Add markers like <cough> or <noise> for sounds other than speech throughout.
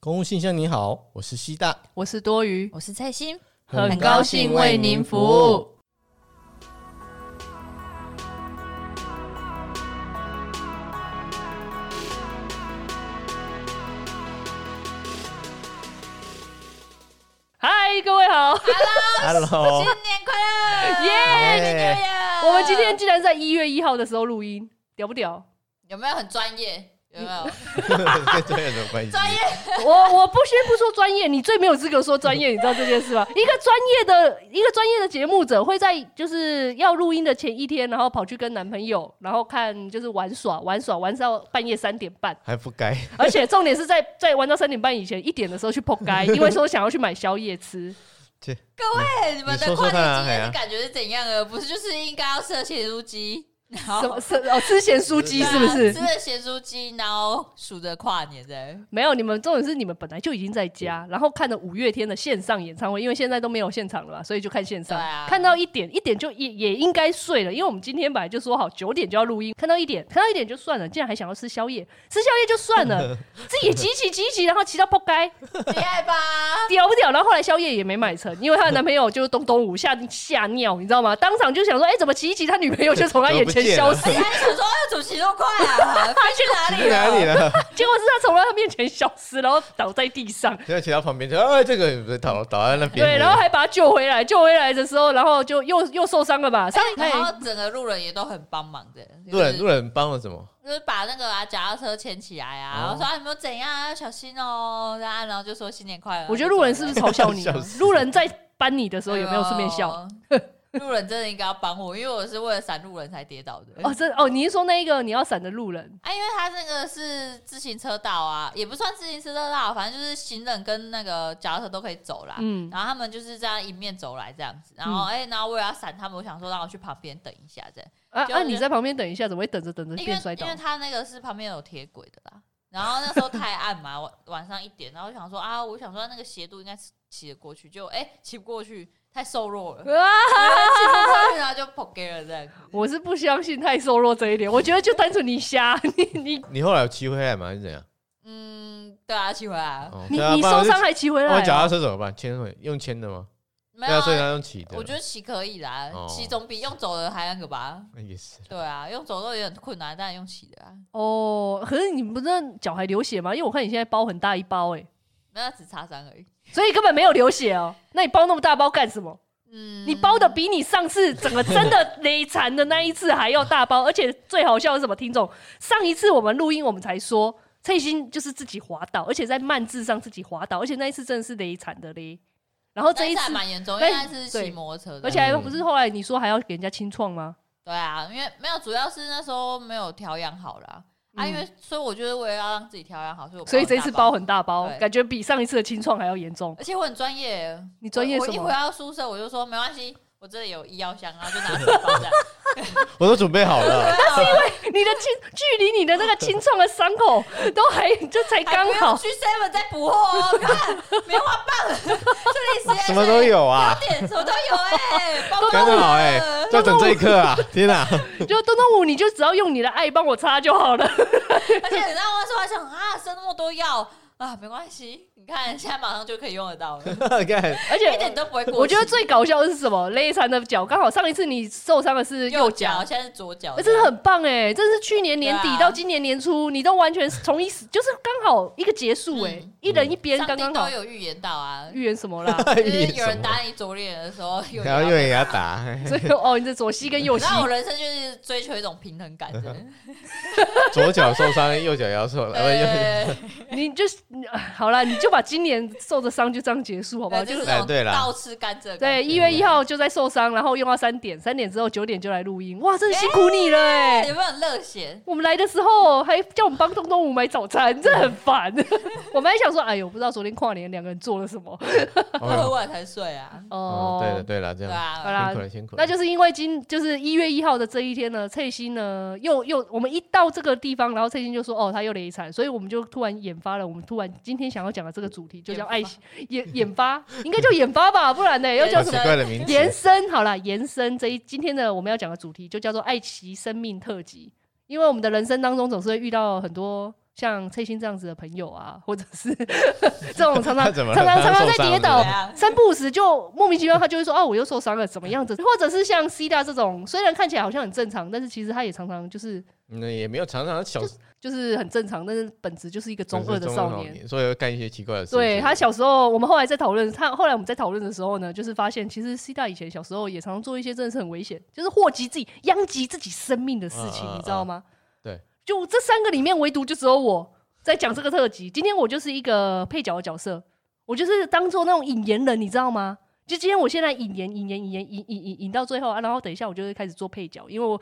公务信箱，你好，我是西大，我是多余，我是蔡心，很高兴为您服务。。嗨，各位好， Hello，新年快乐！耶！耶我们今天竟然在一月一号的时候录音，屌不屌？有没有很专业？有没有？跟专业有什么关系？ <laughs> 专业 <laughs> 我我不先不说专业，你最没有资格说专业，你知道这件事 <laughs> 吧？一个专业的一个专业的节目者会在就是要录音的前一天，然后跑去跟男朋友，然后看就是玩耍玩耍玩到半夜三点 <laughs> 半，还不该而且重点是在在玩到三点半以前一点的时候去扑街，因为说想要去买宵夜 <laughs> 吃。各位，你们你的说说跨看年啊经嘿验啊是感觉是怎样的？不是就是应该要吃咸酥鸡，然什么后是哦，吃咸酥鸡是不是吃？了咸酥鸡，然后数着跨年的。没有，你们重点是你们本来就已经在家，然后看了五月天的线上演唱会，因为现在都没有现场了嘛，所以就看线上。对啊看到一点一点就也也应该睡了，因为我们今天本来就说好九点就要录音，看到一点看到一点就算了，竟然还想要吃宵夜，吃宵夜就算了， <laughs> 自己骑骑骑骑，然后骑到破街，厉害吧？屌不屌？然后后来宵夜也没买成，因为她的男朋友就是东东武吓吓尿，你知道吗？当场就想说，哎、怎么骑一骑，他女朋友就从他眼前消失而，且还想说，哎，怎么骑那么快啊？飞去去哪哪里里了？了？结果是他从他面前消失，然后倒在地上。现在骑到旁边去，哎，这个不是倒倒在那边了？对，然后还把他救回来，救回来的时候，然后就又又受伤了吧？伤哎然后整个路人也都很帮忙的，路人路人帮了什么？就是把那个啊脚踏车牵起来啊，哦然后说啊你们有怎样啊，要小心哦，然后然后就说新年快乐。我觉得路人是不是嘲笑你、啊笑？死路人在搬你的时候有没有顺便笑？<laughs> 哎呦？路人真的应该要帮我，因为我是为了闪路人才跌倒的。哦，这哦，你是说那一个你要闪的路人？啊，因为他那个是自行车道啊，也不算自行车道，反正就是行人跟那个脚踏车都可以走啦。嗯然后他们就是这样迎面走来这样子，然后哎、然后我也要闪他们，我想说让我去旁边等一下这样，啊就是啊！你在旁边等一下，怎么会等着等着因变为摔倒因为？他那个是旁边有铁轨的啦。然后那时候太暗嘛， <laughs> 晚晚上一点，然后我想说啊，我想说那个斜度应该是骑得过去，就哎骑不过去，太瘦 <laughs> 弱了，骑不 <laughs> 啊！过去，然后就跑给了这样。我是不相信太瘦弱这一点，我觉得就单纯你瞎，你你你后来有骑回来吗？还是怎样？嗯，对啊，骑回来哦你对啊你不然我受就伤还骑回来、那我脚踏啊？车怎么办？牵回用牵的吗？没对有、啊，所以啊，他用骑的。我觉得骑可以啦哦，骑总比用走的还那个吧。那哎也是。对啊，用走路有点困难，但用骑的啊，哦，可是你不是脚还流血吗？因为我看你现在包很大一包、欸，没有只擦伤而已。所以根本没有流血哦。那你包那么大包干什么？嗯你包的比你上次整个真的累残的那一次还要大包，而且最好笑的是什么？听众，上一次我们录音我们才说蔡欣就是自己滑倒，而且在慢字上自己滑倒，而且那一次真的是累惨的嘞。然后那这一次还次，蛮严重，因那为那是骑对摩托车的，而且还不是后来你说还要给人家清创吗？对啊，因为没有，主要是那时候没有调养好啦。啊，嗯因为所以我就是为了要让自己调养好，所以我所以这一了次大包包，很大包，对感觉比上一次的清创还要严重。而且我很专业，你专业我什我一么回？到宿舍我就说没关系，我这里有医药箱，然后就拿出来包这样。 <laughs> 我都准备好了， <laughs> 是因为你的清距离你的那个清创的伤口都还就才哎刚好，哎去 seven 再补货 <laughs> 哦，看棉花棒，这里实在是什么都有啊 <laughs> 糕，点什么都有哎、包包刚刚好哎，就等这一刻啊！天 <laughs> 哪， <laughs> 就东东五你就只要用你的爱帮我擦就好了。而且你知道我那时候还想啊，生那么多药啊，没关系，你看现在马上就可以用得到 <laughs> 了，一看而且点都不会过期。我觉得最搞笑的是什么？勒残的脚，刚好上一次你受伤的是右右脚脚，现在是左脚啊哎，，真的很棒哎！这是去年年对底啊到今年年初，你都完全从一就是刚好一个结束哎嗯，一人一边上刚帝刚都好。有预言到 <laughs> 啊，预言什么啦？就是你有人什么打你左脸的时候，有然后人又要给他打。打，哎所以哦，你的左膝跟右膝然，后我人生就是追求一种平 <laughs> 衡感的，左脚受伤，右脚也要受伤，<laughs> 呃右对，你就是你啊好啦，你就把今年受的伤就这样结束好不好？就对就是是这哎对种啦倒吃甘蔗的感对，觉。一月一号就在受伤，然后用到三点，三点之后九点就来录音，哇，真的辛苦你了哎！有没有很热血？我们来的时候还叫我们帮东东五买早餐，真的很烦。我们还想说，哎呦，不知道昨天跨年两个人做了什么。喝哦完才睡啊，哦，哦，对了对了，这对样好啊，啦辛苦了辛苦了，那就是因为今就是一月一号的这一天呢，翠欣呢又又我们一到这个地方，然后翠欣就说哦，她又累惨，所以我们就突然研发了，我们突然今天想要讲的这个主题就叫爱心研研发，应该叫研发吧，不然呢要叫好什奇么？怪的名延字，伸好啦，延伸这一今天的我们要讲的主题就叫做“爱奇生命特辑”，因为我们的人生当中总是会遇到很多像蔡欣这样子的朋友啊，或者 <laughs> 是这种常常他怎么了常常常常他受伤在了跌倒怎么，样三不五时就莫名其妙他就会说哦我又受伤了怎么样子，或者是像 C 大这种虽然看起来好像很正常，但是其实他也常常就是那嗯也没有常常小就是很正常，但是本质就是一个中二的少年。，所以会干一些奇怪的事情。对他小时候，我们后来在讨论，他后来我们在讨论的时候呢，就是发现其实 C 大以前小时候也常常做一些真的是很危险，就是祸及自己、殃及自己生命的事情，嗯嗯你知道吗？对，就这三个里面，唯独就只有我在讲这个特辑。今天我就是一个配角的角色，我就是当做那种引言人，你知道吗？就今天我现在引言、引言、引言、引引引引到最后、啊，然后等一下我就会开始做配角，因为我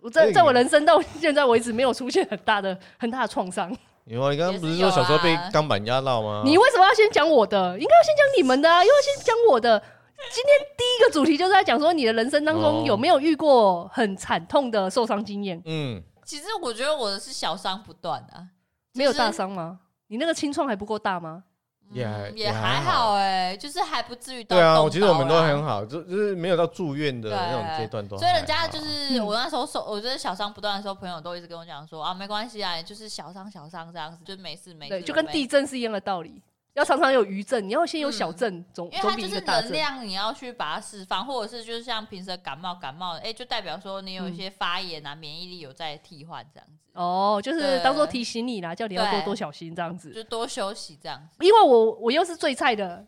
我在哎在我人生到现在为止没有出现很大的很大的创伤。因为你刚刚不是说小时候被钢板压到吗？啊你为什么要先讲我的？应该要先讲你们的啊，又要先讲我的。今天第一个主题就是在讲说，你的人生当中哦有没有遇过很惨痛的受伤经验？嗯，其实我觉得我的是小伤不断啊，没有大伤吗？你那个清创还不够大吗？也还嗯也也还还好好哎、就是还不至于到对啊，动我其实我们刀都啦很好，就就是没有到住院的那种阶段都还好。所以人家就是嗯我那时候手，我觉得小伤不断的时候，朋友都一直跟我讲说啊，没关系啊，就是小伤小伤这样子，就是没事没事。对，就跟没地震是一样的道理，要常常有余震，你要先有嗯小震，总因为总它比就一个是大能震。量，你要去把它释放，或者是就是像平时的感冒，感冒哎、就代表说你嗯有一些发炎啊，免疫力有在替换这样子，哦，就是对当做提醒你啦，叫你要多对多小心这样子。就多休息这样子。因为我我又是最菜的，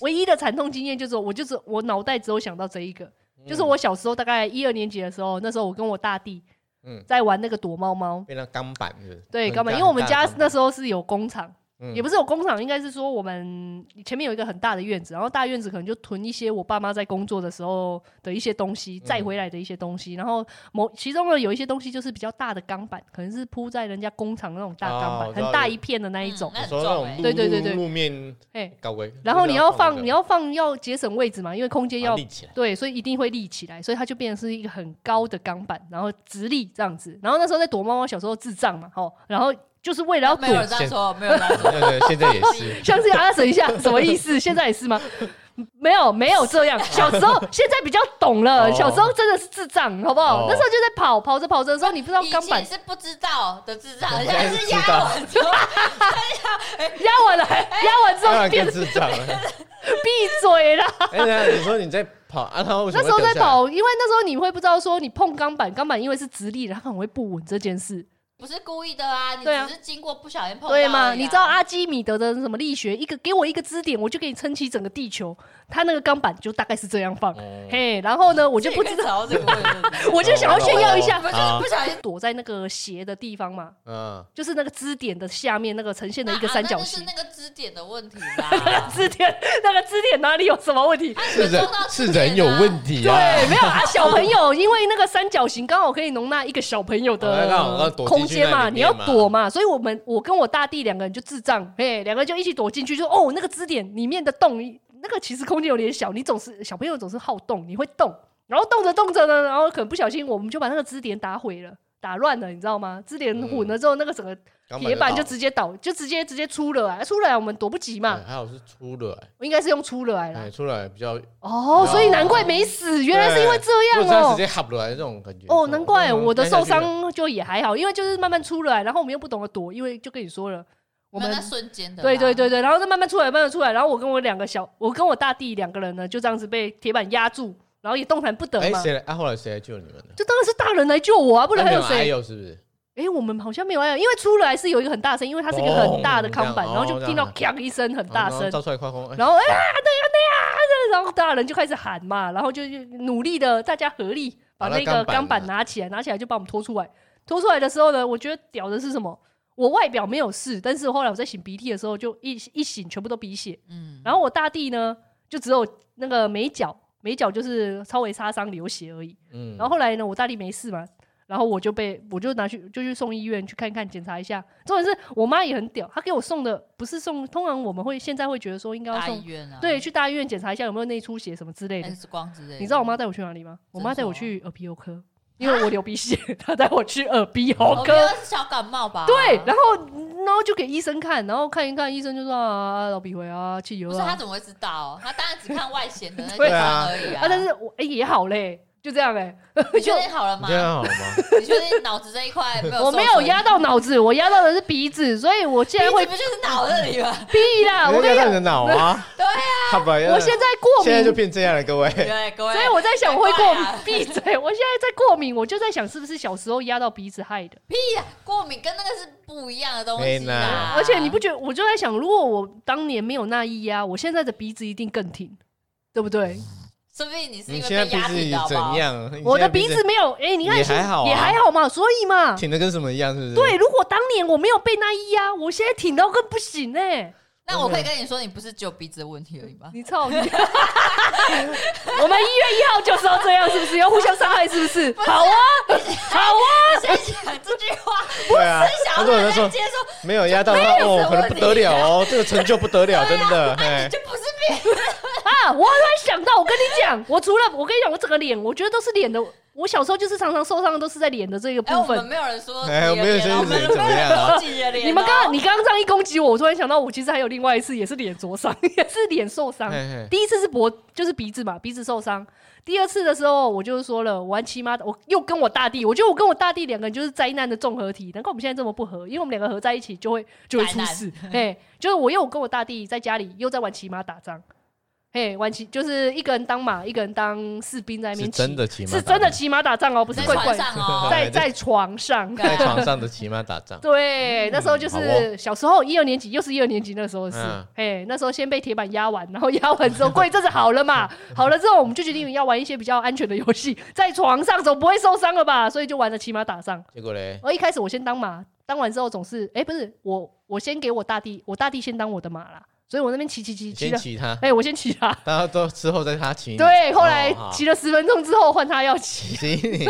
唯一的惨痛经验就是，我就是我脑袋只有想到这一个，嗯就是我小时候大概一二年级的时候，那时候我跟我大弟，嗯哦在玩那个躲猫猫。被那钢板的，对，干嘛？因为我们家那时候候是有工厂，也不不是有工厂，应该是说我们前面有一个很大的院子，然后大院子可能就囤一些我爸妈在工作的时候的一些东西，嗯载回来的一些东西。然后某其中呢有一些东西就是比较大的钢板，可能是铺在人家工厂那种大钢板，哦我知很道大有一片的那一种嗯。那很说那种重欸路对对对对路路面嘿，搞鬼，然后你要就放，是你要放，要节省位置嘛，因为空间把它要立起来，对，所以一定会立起来，所以它就变成是一个很高的钢板，然后直立这样子。然后那时候在躲猫猫，小时候智障嘛，吼，然后就是为了要没有人躲，，这样说，没有人这样说。对对，现在也是 <laughs> 像是阿婶一下，什么意思？现在也是吗？没有，没有这样。小时候，现在比较懂了。哦小时候真的是智障，好不好？哦那时候就在跑，跑着跑着的时候，你不知道以钢前板是不知道的 <laughs> 智障，现现在在是是压知道 <laughs> 完之后，压完了，哎压完之当后就然变更成智障了。闭嘴啦。哎，等一下你说你在跑啊？他为什那么时候会掉在下来？跑，因为那时候你会不知道说你碰钢板，钢板因为是直立的，它很会不稳这件事。不是故意的啊，你对啊只是经过不小心碰到而已对啊。吗？你知道阿基米德的什么力学？一个给我一个支点，我就给你撑起整个地球。他那个钢板就大概是这样放，哦嘿，然后呢，我我就不知道，，道这个问题 <laughs> 我就想要炫耀一下，不是啊不小心躲在那个斜的地方嘛，嗯，就是那个支点的下面那个呈现的一个那啊三角那就是形。。那个支点的问题啦支点，那个支点哪里有什么问题？ <laughs> 是人是人有问题啊。啊对，没有啊，小朋友，因为那个三角形刚好可以容纳一个小朋友哦那刚好的要躲进去空间嘛，那里面你要嘛躲嘛，所以我们我跟我大弟两个人就智障，哎，两个人就一起躲进去，就哦那个支点里面的洞，那个其实空间有点小，你总是小朋友总是好动，你会动，然后动着动着呢，然后可能不小心我们就把那个支点打毁了。打乱了，你知道吗？支点嗯混了之后，那个整个钢铁板就倒直接倒，就直接直接出了来，出了来我们躲不及嘛哎，还好是出来，我应该是用出了来啦哎，。出来比较，哦，所以难怪没死，原来是因为这如样果他哦直。接合来这种感觉。哦，难怪我的受嗯伤就也还好，因为就是慢慢出来，然后我们又不懂得躲，因为就跟你说了，我没们有那瞬间的啦，对对对对，然后再慢慢出来，慢慢出来，然后我跟我两个小，我跟我大弟两个人呢，就这样子被铁板压住，然后也动弹不得哎，嘛。谁来？啊，后来谁来救你们的？就当然是大人来救我啊，不不然还有哎谁？呦，是不是？哎、我们好像没有哎，因为出来是有一个很大声，因为它是一个很大的嘣康板，这然样后哦就这听到样咔一声很大然后声，照出来快轰，哎然后哎呀，对呀对呀，然后大人就开始喊嘛，然后就就努力的大家合力把把那那钢个板啊钢板拿起来，拿起来就把我们拖出来。拖出来的时候呢，我觉得屌的是什么？我外表没有事，但是后来我在擤鼻涕的时候，就一一擤全部都鼻血。嗯，然后我大弟呢，就只有那个眉角，眉角就是稍微擦伤流血而已。嗯，然后后来呢，我大弟没事嘛，然后我就被我就拿去就去送医院去看看检查一下。重点是我妈也很屌，她给我送的不是送，通常我们会现在会觉得说应该要大送医院啊，对，去大医院检查一下有没有内出血什么之类的。 X 光之类的。你知道我妈带我去哪里吗？我妈带我诊所去耳鼻喉科，因为我流鼻血，她带我去耳鼻我喉哥科。是小感冒吧？对，然后然后就给医生看，然后看一看，医生就说啊，老鼻回啊，汽油不是他啊，怎么会知道？他当然只看外显的那对地啊方而已啊，但是我哎、也好嘞，就这样哎、你确定好了你吗这？样好吗？你确定脑子这一块没有？我没有压，到脑子，我压到的是鼻子，所以我现在你会不就是脑子里吗？屁啦！我你要跟你让你讲，的脑啊，对啊，好吧，我现在过现在就敏，变这样了，各位。 <laughs> 对，各位，所以我在想我会过敏难怪啊。闭嘴！我现在在过敏，我就在想是不是小时候压到鼻子害的。过敏跟那个是不一样的东没西啦呢。而且你不觉得？我就在想，如果我当年没有那一压，我现在的鼻子一定更挺，对不对？说不定你是你因为现在被鼻压子挺的，好不怎好？样？你我现的在鼻子没有，哎、你看也现在还好啊也还好嘛，所以嘛，挺的跟什么一样，是不是？对，如果当年我没有被那一压，我现在挺到更不行哎、那嗯我可以跟你说，你不是只有鼻子的问题而已 <laughs> 吗？你操你！我们一月一号就是要这样，是不是？要互相伤害，是不是？好啊，好啊！谁讲这句话？对啊是，想他要如果他让人说接受，没有压到的话，没有哦，可能什么不得了哦，这个成就不得了，真的。哎，就不是病。啊，我突然想到，我跟你讲，我除了我跟你讲，我整个脸，我觉得都是脸的。我小时候就是常常受伤的都是在脸的这个哎，部我们分。没有哦人 <laughs> 说，哎没有人说我们你怎么样啊说自己的脸 <laughs> 哦你们刚刚你刚刚这样一攻击我，我突然想到，我其实还有另外一次也是脸灼伤， <laughs> 也是脸受伤。 <laughs> 嘿嘿第一次是脖，就是鼻子嘛，鼻子受伤。第二次的时候，我就是说了，我玩骑马，我又跟我大弟，我觉得我跟我大弟两个人就是灾难的综合体，难怪我们现在这么不合，因为我们两个合在一起就会就会出事。哎，就是我又跟我大弟在家里又在玩骑马打仗，哎，玩骑就是一个人当马，一个人当士兵在那边是骑，真的骑马，是真的，骑马打仗哦，不是在怪怪船上哦，在在床上。在床上的骑马打 <laughs> 仗。对，那时候就好哦是小时候一二年级，又是一二年级那时候的事嗯。哎、那时候先被铁板压完，然后压完之后过一阵子好 <laughs> 了嘛，好了之后我们就决定要玩一些比较安全的游戏，在床上总不会受伤了吧？所以就玩了骑马打仗。结果嘞，我一开始我先当马，当完之后总是哎、不是我我先给我大弟，我大弟先当我的马啦，所以我那边骑骑骑骑先了，骑他，哎、我先骑他。然后都之后再他骑你。对，后来哦骑了十分钟之后换他要骑，好骑 <laughs> 你。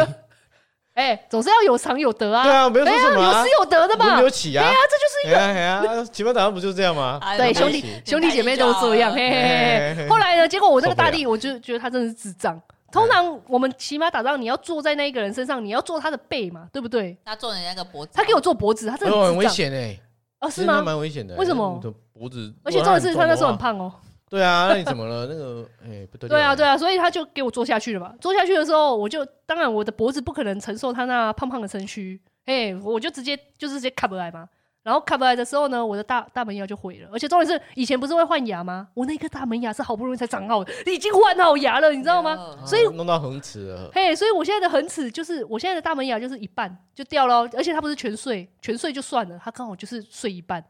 哎、总是要有偿有得啊，对啊没有说哎呀什么啊有失有得的我嘛，没有骑啊哎呀，，这就是哎呀哎呀，骑马打仗不就这样吗？哎对，都在兄一弟起兄弟姐妹都这样，嘿嘿哎嘿。后来呢，结果我那个大弟，我就觉得他真的是智障。通常我们骑马打仗，你要坐在那一个人身上，你要坐他的背嘛，对不对？他坐你那个脖子，他给我坐脖子，他真哎的呦很很危智障险哎，哦，是真的吗？蛮危险的。欸为什么你的脖子？而且重点是他那时候很。胖哦，对啊，那你怎么了？那个，哎，不对。对啊，对啊。啊，所以他就给我坐下去了嘛。坐下去的时候，我就当然我的脖子不可能承受他那胖胖的身躯，哎，我就直接就是直接卡不来嘛。然后卡不来的时候呢，我的大大门牙就毁了，而且重点是以前不是会换牙吗？我那颗大门牙是好不容易才长好的，已经换好牙了，你你知道吗？所以啊弄到恒齿 <laughs> 了，嘿，所以我现在的恒齿就是我现在的大门牙就是一半就掉了哦，而且它不是全碎，全碎就算了，它刚好就是碎一半。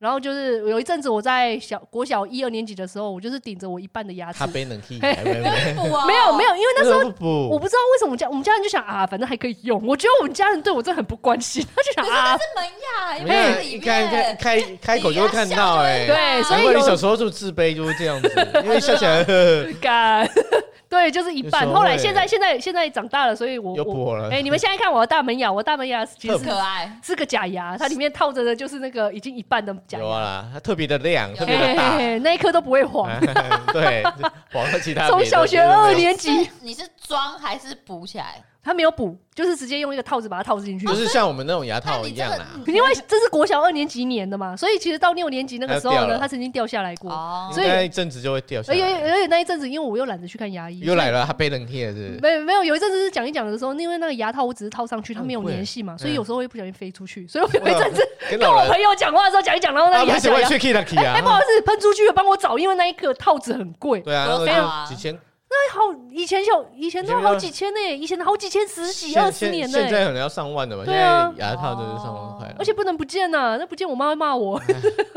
然后就是有一阵子我在小国小一二年级的时候，我就是顶着我一半的牙齿他，背能踢，还没没。 <laughs> 没有没有，因为那时候不不我不知道为什么我们家我们家人就想啊，反正还可以用。我觉得我们家人对我真的很不关心， <laughs> 他就想啊，是门牙，你因为看，里一开开面开开口就会看到哎、对对，所难以怪你小有时候就自卑就会这 <laughs> 样子，因为笑起来呵啊呵感，对，就是一半。有时候后来会现在现在现在长大了，所以我 <laughs> 又我跛了。哎、你们现在看我的大门牙，我大门牙其实特是别可爱，是个假牙，它里面套着的就是那个已经一半的假有牙，啊啦，它特别的亮，特嘿别的大哎 <laughs> 啊嘿，嘿那一颗都不会黄。 <laughs> 对，黄了其他别的。从小学对对对二年级，你是装还是补起来？他没有补，就是直接用一个套子把它套进去不。是像我们那种牙套那你一这样啊个啦。因为这是国小二年级粘的嘛，所以其实到六年级那个时候它掉呢，了它曾经掉下来过。哦嗯所以哎应该一阵子就会掉下而且来。而且那一阵子，因为我又懒得去看牙医，又来了，它背冷贴是不没有没有，有一阵子是讲一讲的时候，因为那个牙套我只是套上去，它没有粘性嘛，嗯所以有时候会不小心飞出去。所以我 <laughs> 有一阵子是？跟跟老我人朋友讲话的时候讲一讲，然后啊，那个不牙是小我牙，去 k i k i 哎，不啊好意思，喷出去了，帮我找，因为那一个套子很贵，对啊，那多个少啊就几千，那好以前小以前都好几千呢、以前好几千，十几现二十年呢、现在可能要上万的嘛，现对啊哦在牙套都是上万块了而。且不能不见呐、那不见我妈会骂我。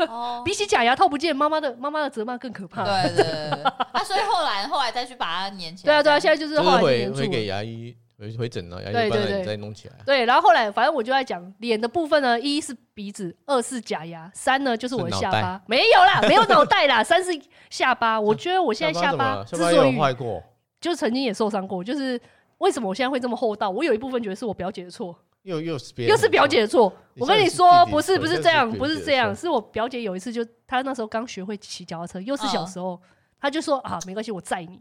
哦 <laughs> 比起假牙套不见，妈妈的妈妈的责骂更可怕。对对对，对啊，所以后来后来再去把它粘起来。对啊对啊，现在就是就是后来就会黏住会给了。牙医回回诊了，牙对医帮对对你再弄起来。对，然后后来反正我就在讲脸的部分呢，一是鼻子，二是假牙，三呢就是我的是脑下袋巴，没有啦， <laughs> 没有脑袋啦，三是下 <laughs> 巴。我觉得我现在下怎么了之下巴所有以坏过，就是曾经也受伤过，就是为什么我现在会这么厚道？我有一部分觉得是我表姐的错，又又是别人又是表姐的错。你我跟你现在是弟弟说的，错不是不是这样，现在是不表姐的是这样，错是我表姐有一次就她那时候刚学会骑脚踏车，又是小时候，她就说啊没关系，我载你。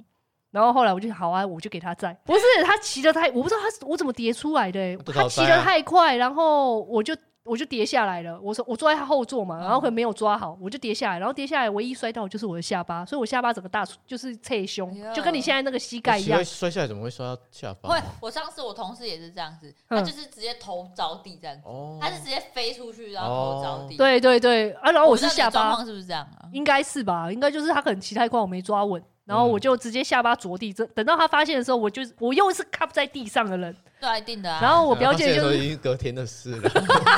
然后后来我就好啊，我就给她载。不是她骑的太，我不知道她我怎么叠出来的、欸不，知她道骑载啊的太快，然后我就我就跌下来了。我说我坐在他后座嘛，然后可能没有抓好，我就跌下来，然后跌下来唯一摔到就是我的下巴，所以我下巴整个大就是侧胸哎，呀就跟你现在那个膝盖一奇样怪，摔下来怎么会摔到下巴？会，我上次我同事也是这样子，他嗯就是直接头着地这样子，哦，他是直接飞出去然后头着地。，对对对啊，然后我是下状巴，况是不是这样啊？应该是吧？应该就是他可能其他一块我没抓稳，然后嗯我就直接下巴着地。这等到他发现的时候，我就我又是靠在地上的人，对啊，一定的啊。然后我对啊表姐发现的就时候是已经隔天的事了。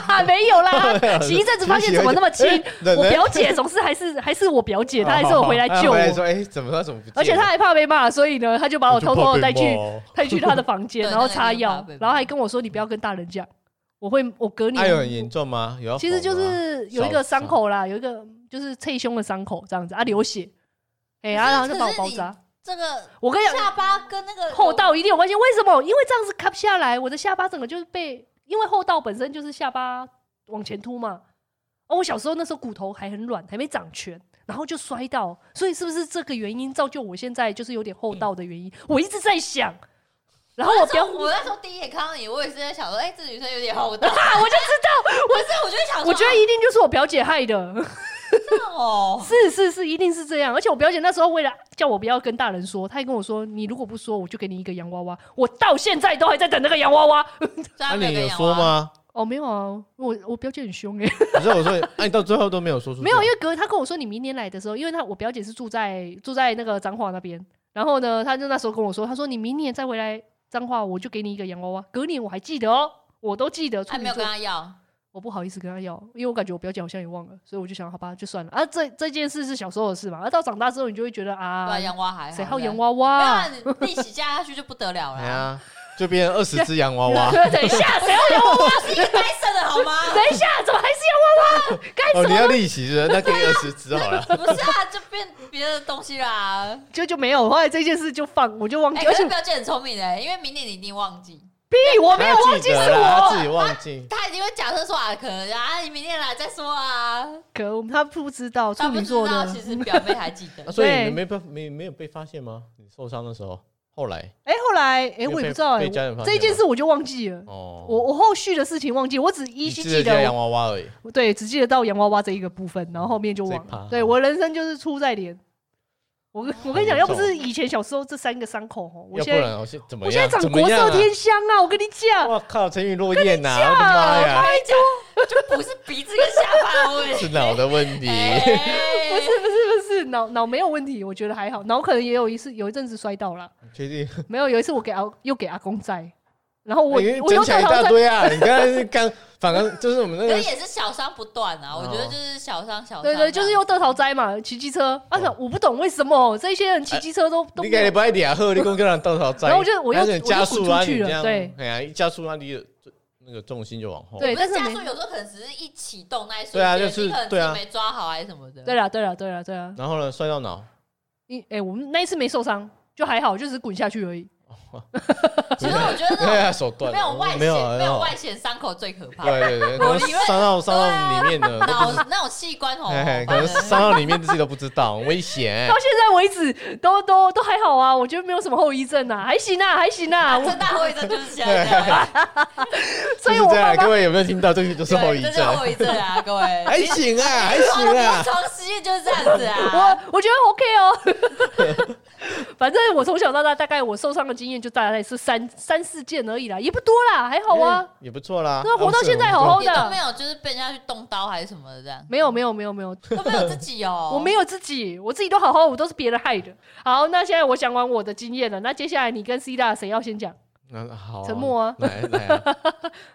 啊没 <laughs> 有啦，洗一阵子发现怎么那么轻哎， <laughs> 我冷人表姐总是还是还是我表姐，她还是有回 <laughs> 来救哦我回，来说哎，怎么他怎么不见了？而且她害怕被骂，所以呢，她就把我偷偷的带去我带去她的房间， <laughs> 对然后那个擦一定怕药被，骂然后还跟我说你不要跟大人讲，我会我隔就怕被摸。哎，年有很严重吗？有要其实就缝吗是有一个伤口啦，有一个就是侧胸的伤口这样子啊，流血，哎、可呀，是然后就可把我是包你扎。这个我跟你讲，下巴跟那个后道一定有关系，为什么？因为这样子 cap 下来，我的下巴整个就是被，因为后道本身就是下巴往前凸嘛。哦，我小时候那时候骨头还很软，还没长全，然后就摔到，所以是不是这个原因造就我现在就是有点后道的原因？我一直在想，然后我那不时要，候我我那时候第一眼看到你，我也是在想说，哎、这女生有点 <laughs> 好大。啊就知道，不是，我就想说，我觉得一定就是我表姐害的。 <laughs> 这样哦，是是是，一定是这样。而且我表姐那时候为了叫我不要跟大人说，她也跟我说：“你如果不说，我就给你一个洋娃娃。”我到现在都还在等那个洋娃娃。虽那然没啊你有有跟你说讲话？吗？哦，没有啊，我我表姐很凶哎、可是我说，哎，你到最后都没有说出。没有，因，为隔她跟我说你明年来的时候，因为她我表姐是住在住在那个彰化那边，然后呢，她就那时候跟我说，她说你明年再回来彰化，我就给你一个洋娃娃。隔年我还记得哦，我都记得处还没女有座跟，她要，我不好意思跟她要，因为我感觉我表姐好像也忘了，所以我就想好吧，就算了啊。这这件事是小时候的事嘛，啊而、到长大之后你就会觉得对啊啊，，洋娃还好谁好洋娃？娃啊娃、那你一起加下去就不得 <laughs> 了了哎啊，呀，就变成二十只洋娃 <laughs> 娃。等一下，谁要洋娃娃？是一个单身的好吗？等一下，怎么还是洋娃娃？该哦，怎你么要利息是不是？那给你二十只好了。不是啊，就变别的东西啦。 <laughs> 就就没有？后来这件事就放，我就忘哎、记，可而是且表姐很聪明的，因为明年你一定忘记，屁，我哦没有他忘记记是得啦他自我，啊己忘记。她一定会假设说啊，可能啊，你明天来再说啊。可恶，他不知道处她不女知座道，的其。实表妹还记得啊，。所以对你没被没没有被发现吗？你受伤的时候，后来哎，后来哎，因为我也被不知道哎被家人发，现这件事我就忘记了。哦，我我后续的事情忘记，我只依你稀只记叫洋得，娃娃而已。对，只记得到洋娃娃这一个部分，然后后面就忘最怕了。对我人生就是出在脸。我跟我跟你讲，很要不重是以前小时候这三个伤口，哦，我要不现在然我现怎么我现在样？长怎么国样色啊？天香啊！我跟你讲，啊我靠，陈雨落雁呐！我的啊妈呀，太讲就不是鼻子跟下巴的问 <laughs> 是题。脑的问题。哎不是不是不是，脑脑没有问题，我觉得还好。脑可能也有一次有一阵子摔到了，确定？哎没有有一次我给阿又给阿公在，然后我、因为我又整起来在一他大在，堆啊！你刚才是刚，反正就是我们那可是哎个也是小伤不断哦啊，我觉得就是小伤小伤。对对，就是又得逃灾嘛，骑机车。啊，哦我不懂为什么这些人骑机车都、都你没感觉有不爱点啊喝，你跟跟人到头栽。然后我就我又而且加速啊，我就滚出去你了这样，对哎呀，一加速啊，你的那个重心就往后。对不但是是加没速，有时候可能只是一启动那一瞬间，对啊就是你可能自对己啊没抓好还是什么的。对啊啦对啦对啦对啦，然后呢，摔到脑， <laughs> 因哎、我们那一次没受伤，就还好，就只是滚下去而已。其实我觉得对那啊，手断种没了有外显、没没有啊有外显伤口最可怕，对对对，可我能以为伤啊到伤到里面的，都脑不知那种器官哦，哎，反可能正伤到里面自己都不知道，很危险 <laughs> 到。现在为止都都都还好啊，我觉得没有什么后遗症啊，还行啊还行啊。我正大后遗症就是现在这样， <laughs> 啊所以就是我这样爸各爸位有没有听到？这个就是后遗对这就是症，后遗症啊，各位。还行啊，还行临 <laughs> 啊。床实验就是这样 <laughs> 子啊，我我觉得 OK 哦。 <laughs> 反正我从小到大，大概我受伤的经验就大概是三三四件而已啦，也不多啦，还好啊。哎，也不错啦。那活到现在好好好的也都没有就是被人家去动刀还是什么的这样，没有没有没有没有，都没有自己 <laughs> 哦，我没有自己，我自己都好好，我都是别人害的。好，那现在我讲完我的经验了，那接下来你跟 C 大谁要先讲？那好，沉默啊来来 <laughs> 啊，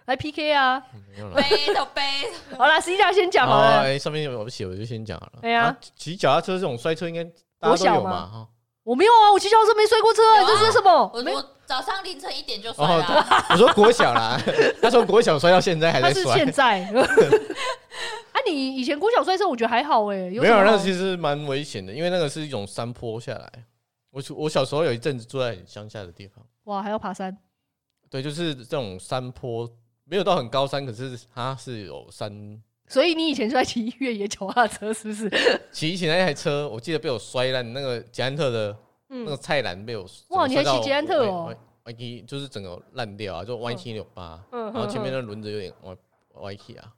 来 PK 啊！没有了。背的背，好啦 c 大先讲好哦了。哎，上面有我写，我就先讲了。对啊，骑脚踏车这种摔车应该大家都有嘛哈。我没有啊，我骑脚车没摔过车、啊，有啊这是什么？我没有，我早上凌晨一点就摔哦了，啊。对，我说国小 <laughs> 啦，他从国小摔到现在还他在是摔现。在。 <laughs> 啊，你以前国小摔车，我觉得还好哎、有没什有，么那好其实蛮危险的，因为那个是一种山坡下来。我我小时候有一阵子住在乡下的地方，哇，还要爬山。对，就是这种山坡，没有到很高山，可是它是有山。所以你以前就在骑越野脚踏车，是不是？骑起来那台车，我记得被我摔烂，那个捷安特的那个嗯，菜篮被我哇你还骑摔到捷安特哦歪歪歪七就是整个烂掉啊，就歪七扭八，嗯然后前面那轮子有点歪歪七啊，哦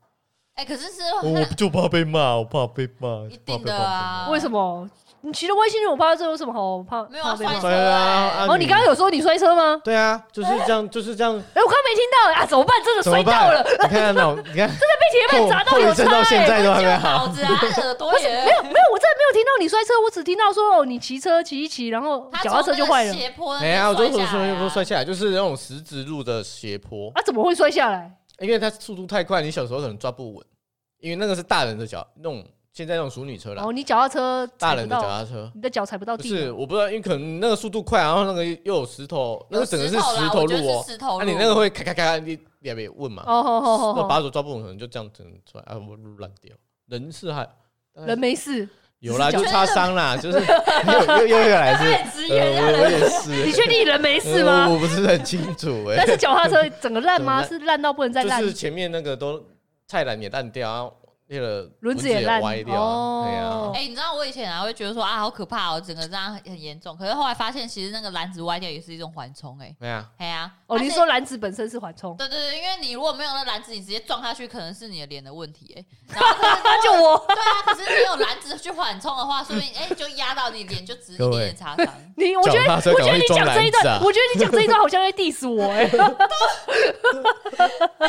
哎、可是是嗯我就怕被骂，我怕被骂，一定的啊为什么？你骑了外星人，我怕这有什么好怕？没有要怕被骂摔车对啊哎、啊哦，你刚刚有说你摔车吗？对啊，就是这样，就是这 <laughs> 样，哎、我刚刚没听到啊，怎么办？真的怎么摔到办了，？你看那我，你 <laughs> 看被铁板砸到后有遗车、症到现哎在都还没就脑好，子啊，耳朵不是，也没有没有，我真的没有听到你摔车，我只听到说哦，你骑车骑一骑，然后他脚踏车就坏了从那个斜坡那没边啊，我就摔说下来说啊说摔下来，就是那种十字路的斜坡，啊，怎么会摔下来？因为它速度太快，你小时候可能抓不稳，因为那个是大人的脚，那种现在那种淑女车啦，哦，你脚踏车大踩不人的脚到，踏车。你的脚踩不到不地，是，我不知道，因为可能那个速度快，然后那个又有石头，那有个整个是啦石头我觉得路哦是。石头那、路，你那个会咔咔咔，你你也别问嘛。哦，好好好那把好，手抓不稳，可能就这样整出来啊，我路烂掉。人是还人没事，有啦，只就是擦伤啦，就是又又又又来是， <laughs> 太直呃言了，我我也 <laughs> 你是，确定人没事吗呃？我不是很清楚哎 <laughs> 但。是脚踏车整个烂吗？ <laughs> 整是烂到不能再烂就，是前面那个都菜篮也烂掉啊，那个轮子子也烂歪掉啊，哦对啊哎、，你知道我以前啊会觉得说啊好可怕哦，整个这样很很严重。可是后来发现，其实那个篮子歪掉也是一种缓冲、哎，对啊，哎呀、哦，它你是是说篮子本身是缓冲，对对对，因为你如果没有那篮子，你直接撞下去，可能是你的脸的问题、 <laughs> 哎，然后可是就我，对啊，可是你有篮子去缓冲的话，说不定哎、就压到你脸，就只是一各位点点擦伤。你我觉脚得踏车我觉赶得快你装讲这一篮子啊段，我觉得你讲这一段好像在 diss 我 <laughs> 哎，那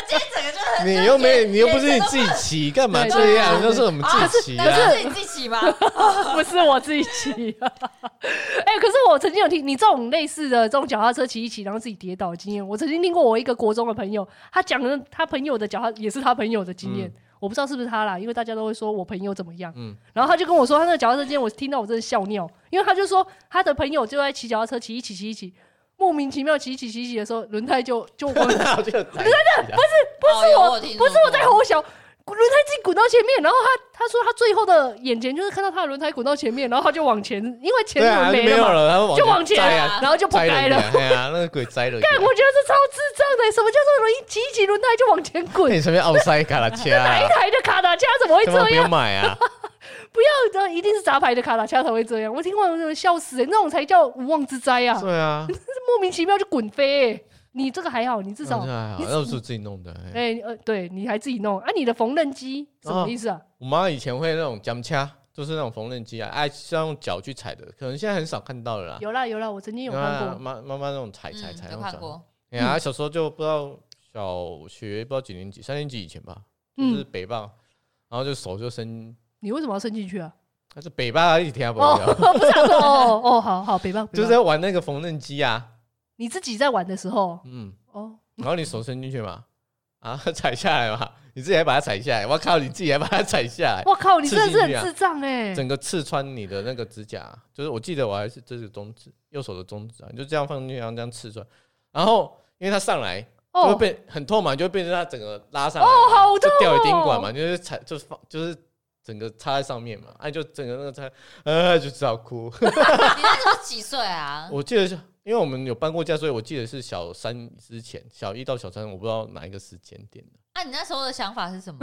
<laughs> 今天整个就很，你又没你又不是你自己骑，干嘛这样？对就是我们自己骑那啊，是你自己骑吧？不是我自己骑。 <laughs> 哎，可是我曾经有听你这种类似的这种脚踏车骑一骑，然后自己跌倒的经验，我曾经听过我一个国中的朋友，他讲的他朋友的脚踏也是他朋友的经验。我不知道是不是他啦，因为大家都会说我朋友怎么样，嗯然后他就跟我说他那个脚踏车经验，我听到我真的笑尿，因为他就说他的朋友就在骑脚踏车骑一骑骑一骑，莫名其妙骑一骑骑一骑的时候，轮胎就就 <laughs> 滚那我就真的不是不是我不不是我在吼小，滚轮胎自己滚到前面，然后他他说他最后的眼前就是看到他的轮胎滚到前面，然后他就往前，因为前对啊，轮就没没有了嘛，了，他们往就往前，摘啊，然后就不摘该了人。家哎呀，那个鬼摘了你。干， <laughs> 我觉得这超智障的，什么叫做轮一挤一挤轮胎就往前滚？那你前面奥塞卡拉切啊哪一，台的卡达恰怎么会干嘛这不样要？买啊？不要的，一定是杂牌的卡达恰才会这样。我听完我真的笑死、欸，那种才叫无妄之灾啊！对啊，莫名其妙就滚飞、欸，你这个还好，你至少那还好你那是我自己弄的。哎哎、呃，对你还自己弄啊？你的缝纫机什哦么意思啊？我妈以前会那种姜掐，就是那种缝纫机啊，哎，是要用脚去踩的，可能现在很少看到了啦。有啦有啦，我曾经有看过啊。妈妈妈那种踩嗯踩踩那有种看脚。过，哎嗯呀，小时候就不知道小学不知道几年级，三年级以前吧，就是嗯，北棒，然后就手就伸，你为什么要伸进去啊？那是北棒啊一直听不哦，到，不是啊，说哦哦，好好，北棒，北棒 <laughs> 就是在玩那个缝纫机啊，你自己在玩的时候，嗯，哦，然后你手伸进去嘛，啊， <laughs> 踩下来嘛，你自己还把它踩下来，我靠，你自己还把它踩下来。我靠，你刺真的是进去啊很智障哎！整个刺穿你的那个指甲，就是我记得我还是这是中指，右手的中指啊，你就这样放进去，然后这样刺穿，然后因为它上来就会哦，被很痛嘛，你就会被它整个拉上来，哦好就痛掉一丁哦管嘛，就是踩就是放就是整个插在上面嘛，哎、就整个那个插，呃就只好哭。你那时候几岁 <laughs> 啊？我记得是因为我们有搬过家，所以我记得是小三之前，小一到小三，我不知道哪一个时间点的，<laughs> 啊那、你那时候的想法是 <laughs> 什么？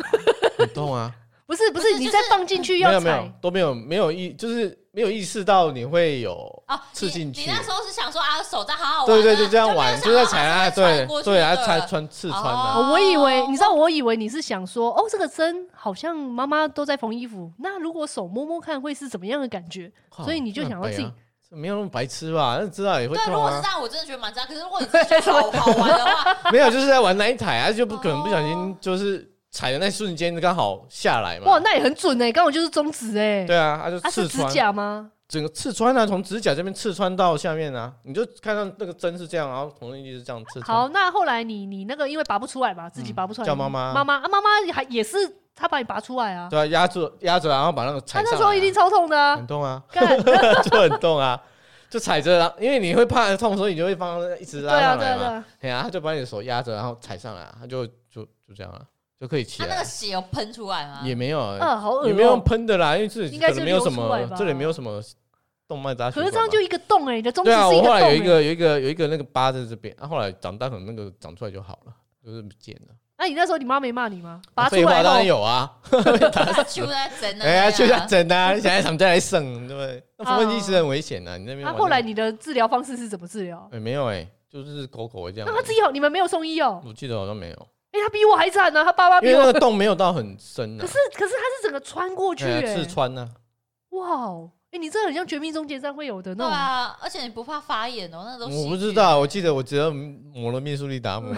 很痛啊，不是不不是，是你就再是放进去没要有没有踩，都没有没有意就是没有意识到你会有哦，刺你进去你那时候是想说啊，手杖好好玩、啊，对对，就这样玩，就就没有在想踩到啊，它是对穿过去对啊，的穿穿刺穿啊，哦哦我以为你知道，我以为你是想说，哦，这个针好像妈妈都在缝衣服，那如果手摸摸看会是怎么样的感觉？靠所以你就那很想要白自己啊这没有那么白痴吧？那知道也会对，如痛果是啊这，样，我真的觉得蛮这样。可是如果你真的觉得好好玩的话，没有 <laughs> 就是在啊玩那一台啊，就不可能不小哦心就是踩的那瞬间刚好下来哇，嘛，那也很准哎，刚好就是中指哎，啊对啊，它就它是刺指穿，甲吗？整个刺穿啊，从指甲这边刺穿到下面啊，你就看到那个针是这样，然后同一就是这样刺穿，好，那后来你你那个因为拔不出来嘛，自己嗯拔不出来，叫你妈妈妈妈啊，妈妈还也是她把你拔出来啊，对啊，压住压着，然后把那个她踩上那来时候一定啊，超痛的啊很，痛啊， <laughs> 干。就很痛啊。就踩着，然后因为你会怕痛，所以你就会放一直对拉啊，上对来啊，对嘛。啊，对啊，他就把你的手压着，然后踩上来啊，他就就就这样了，就可以起它那来啊个。血有喷出来吗？也没有啊，啊，好恶也心。没有用喷的啦，因为这里应该可是能没有什流出来么吧，这里没有什么动脉扎血可管吧。是这样就一个洞哎、你的中指对啊，是一我个后洞、来有欸。一个有一个有一个那个疤在这边，啊，后来长大可能那个长出来就好了，就是不见了。啊那、啊你那时候你妈没骂你吗？拔出废话来当然后，有啊， <laughs> 它就在整啊，哎呀，就像整整啊，你想在场再来省，对不对？那缝纫机是很危险啊的，你那边玩那那、个。哦啊后来你的治疗方式是怎么治疗？啊哎没有哎，就是狗狗会这样那、。他自己好，你们没有送医哦、我记得好像没有，哎、他比我还惨呢、他爸爸因比为我那。个洞没有到很深啊可，是可是他是整个穿过去、哎欸，呀刺穿呢、哇哦！哎、你这很像《绝命终结站》会有的那种。对 <laughs> 啊，而且你不怕发炎哦，那都我细不知菌道，欸我记得我只有抹了面素利达 <laughs> 姆，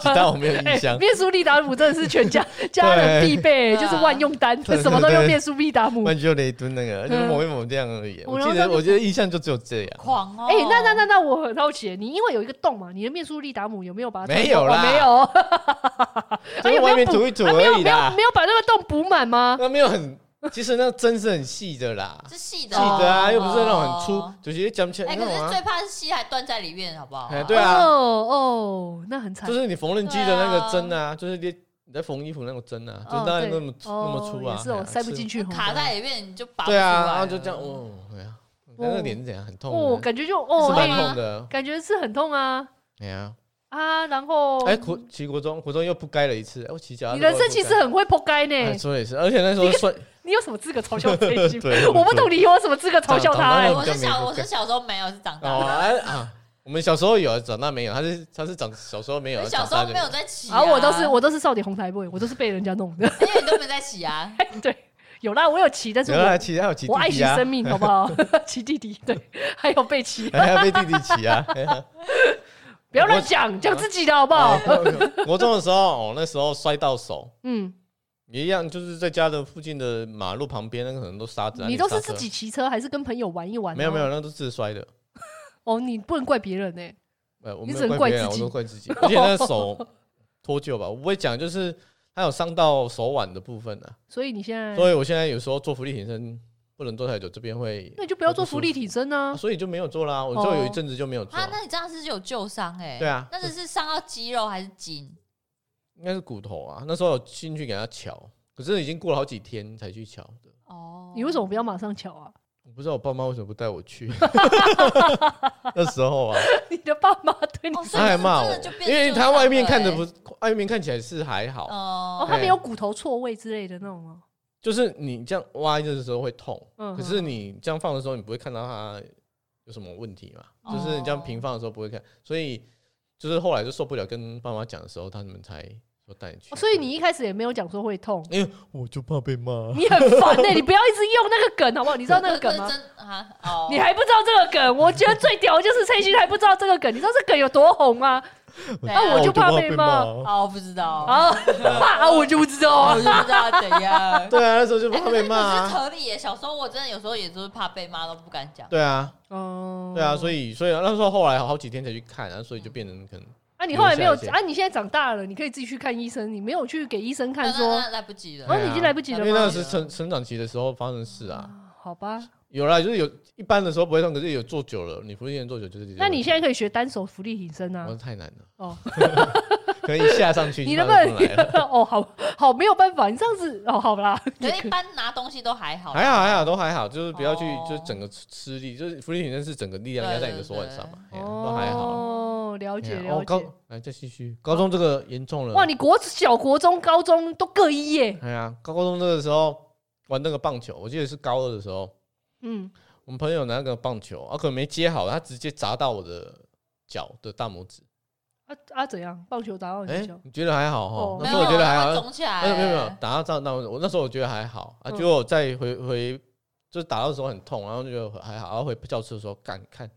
其他我没有哎印象。面舒利达姆真的是 <laughs> 全家家人必备、对就是万用单，对对什么都用面舒利达姆。曼就雷敦那个，就是抹一抹这样而已。嗯我记得，我觉得印象就只有这样。狂哦。哎、那那那那，我很好奇，你因为有一个洞嘛，你的面舒利达姆有没有把它没有啦哦 <laughs> 没有，就哎是有没外有面补涂一涂啊没有而已没有啦，没有把那个洞补满吗？那没有很，其实那针是很细的啦，是细细的哦，的啊，又不是那种很粗哦。，就直接讲起来哎，那可种是啊最。怕是细还断在里面，好不好哎？对啊哦哦，那很惨，就是你缝纫机的那个针啊，就是你你在缝衣服那种针啊，就是哦当然对那么粗那哦么粗啊，也是哦，哎呀塞不进。去，卡在里面你就拔是不对啊，出来然后就了这样，哦，哎呀，那个脸是怎样，很痛哦，的，感觉就是哦，蛮哎痛的。感觉是很痛啊哎呀，啊，然后哎，国骑国中，国中又不该了一次，哎我骑脚踏你车又人不该。生其实很会扑街哎，呢，说也是，而且那时候算？你有什么资格嘲笑这一句对我不懂你有什么资格嘲笑他哎、长我大是小，就我是小时候没有，是长大哦的。啊啊！我们小时候有，长大没有。他是他是长小时候没有，小长时候大就没有在骑啊然后啊我都是，我都是少年红台妹，我都是被人家弄的。 <laughs> 因为你都没在骑 <laughs> 啊。对，有啦，我有骑，但是有啊，我骑还有骑弟我爱惜弟啊，生命，好 <laughs> 不好？骑弟弟，对，还有被骑，哎还要被弟弟骑啊。哎呀不要乱讲，讲自己的好不好？国中的时候，哦，那时候摔到手。嗯，也一样，就是在家的附近的马路旁边，那个很多沙子啊。你都刹是车自？己骑车还是跟朋友玩一玩？没有没有，，那都自摔的。哦，你不能怪别人呢、呃，我你没只有能怪别怪人啊，自我己都怪自己。而且那手脱臼吧，我不会讲，就是它有伤到手腕的部分啊。所以你现在，所以我现在有时候做浮力挺身不能做太久，这边会那你就不要做浮力挺身啊啊。所以就没有做啦。我就有一阵子就没有做，啊，那你这样是有旧伤哎。对啊那只是伤到肌肉还是筋？应该是骨头啊。那时候有进去给他瞧，可是已经过了好几天才去瞧的。哦，你为什么不要马上瞧啊？ <laughs> 我不知道我爸妈为什么不带我 <laughs> 去， <laughs> 那时候啊，你的爸妈对你哦？所以他还骂我真的就，变哎因为旧他伤外面看着了欸不，外面看起来是还好，哦，哦，他没有骨头错位之类的那种吗？就是你这样挖的时候会痛，嗯可是你这样放的时候，你不会看到它有什么问题嘛？哦就是你这样平放的时候不会看，所以就是后来就受不了，跟爸妈讲的时候，他们才说带你去。哦所以你一开始也没有讲说会痛，因为我就怕被 <laughs> 骂。你很烦呢、你不要一直用那个梗好不好？你知道那个梗 <laughs> 这吗？真啊，哦，你还不知道这个梗，我觉得最屌的就是蔡欣还不知道这个梗，你知道这梗有多红吗？对啊我就怕被骂哦，我不知道，啊，啊啊，我就不知道我啊不，知道怎 <laughs> <laughs> 样。对啊，那时候就怕 <laughs> 可被是骂、可是啊。合理耶，小时候我真的有时候也就是怕被骂，都不敢讲。对啊，哦，对啊，所以以所以那时候后来好几天才去看，然后所以就变成可能啊，你后来没有留下一些啊？你现在长大了，你可以自己去看医生，你没有去给医生看那说那，那来不及哦，对了，啊你已经来不及因了为那吗？嗯是成成长期的时候发生的事啊。啊好吧，有啦，就是有一般的时候不会痛，可是有坐久了，你不是做做久就是。那你现在可以学单手浮力挺身啊我。太难了，哦，可以下上去， <laughs> 你下能不能上来了 <laughs> 哦，好好没有办法，你这样子哦，好啦，可是一般拿东西都还好，还好还好都还好，就是不要去哦就是整个吃力，就是浮力挺身是整个力量对压在你的手腕上嘛，哎呀都还好。哦，了解哎呀了哦，高解。来再继续，高中这个严重了。哇，你国小、国中、高中都各一耶。哎呀，高中这个时候玩那个棒球，我记得是高二的时候，嗯，我们朋友拿那个棒球，啊，可能没接好，他直接砸到我的脚的大拇指。啊啊，怎样？棒球打到你哎、的脚？你觉得还好哦哦？那时没有，候啊我觉得还好哎它，肿起来，没有没有没有，打到这样那我我那时候我觉得还好啊，嗯结果我再回回就是打到的时候很痛，然后就觉得还好，然后回教室的时候干看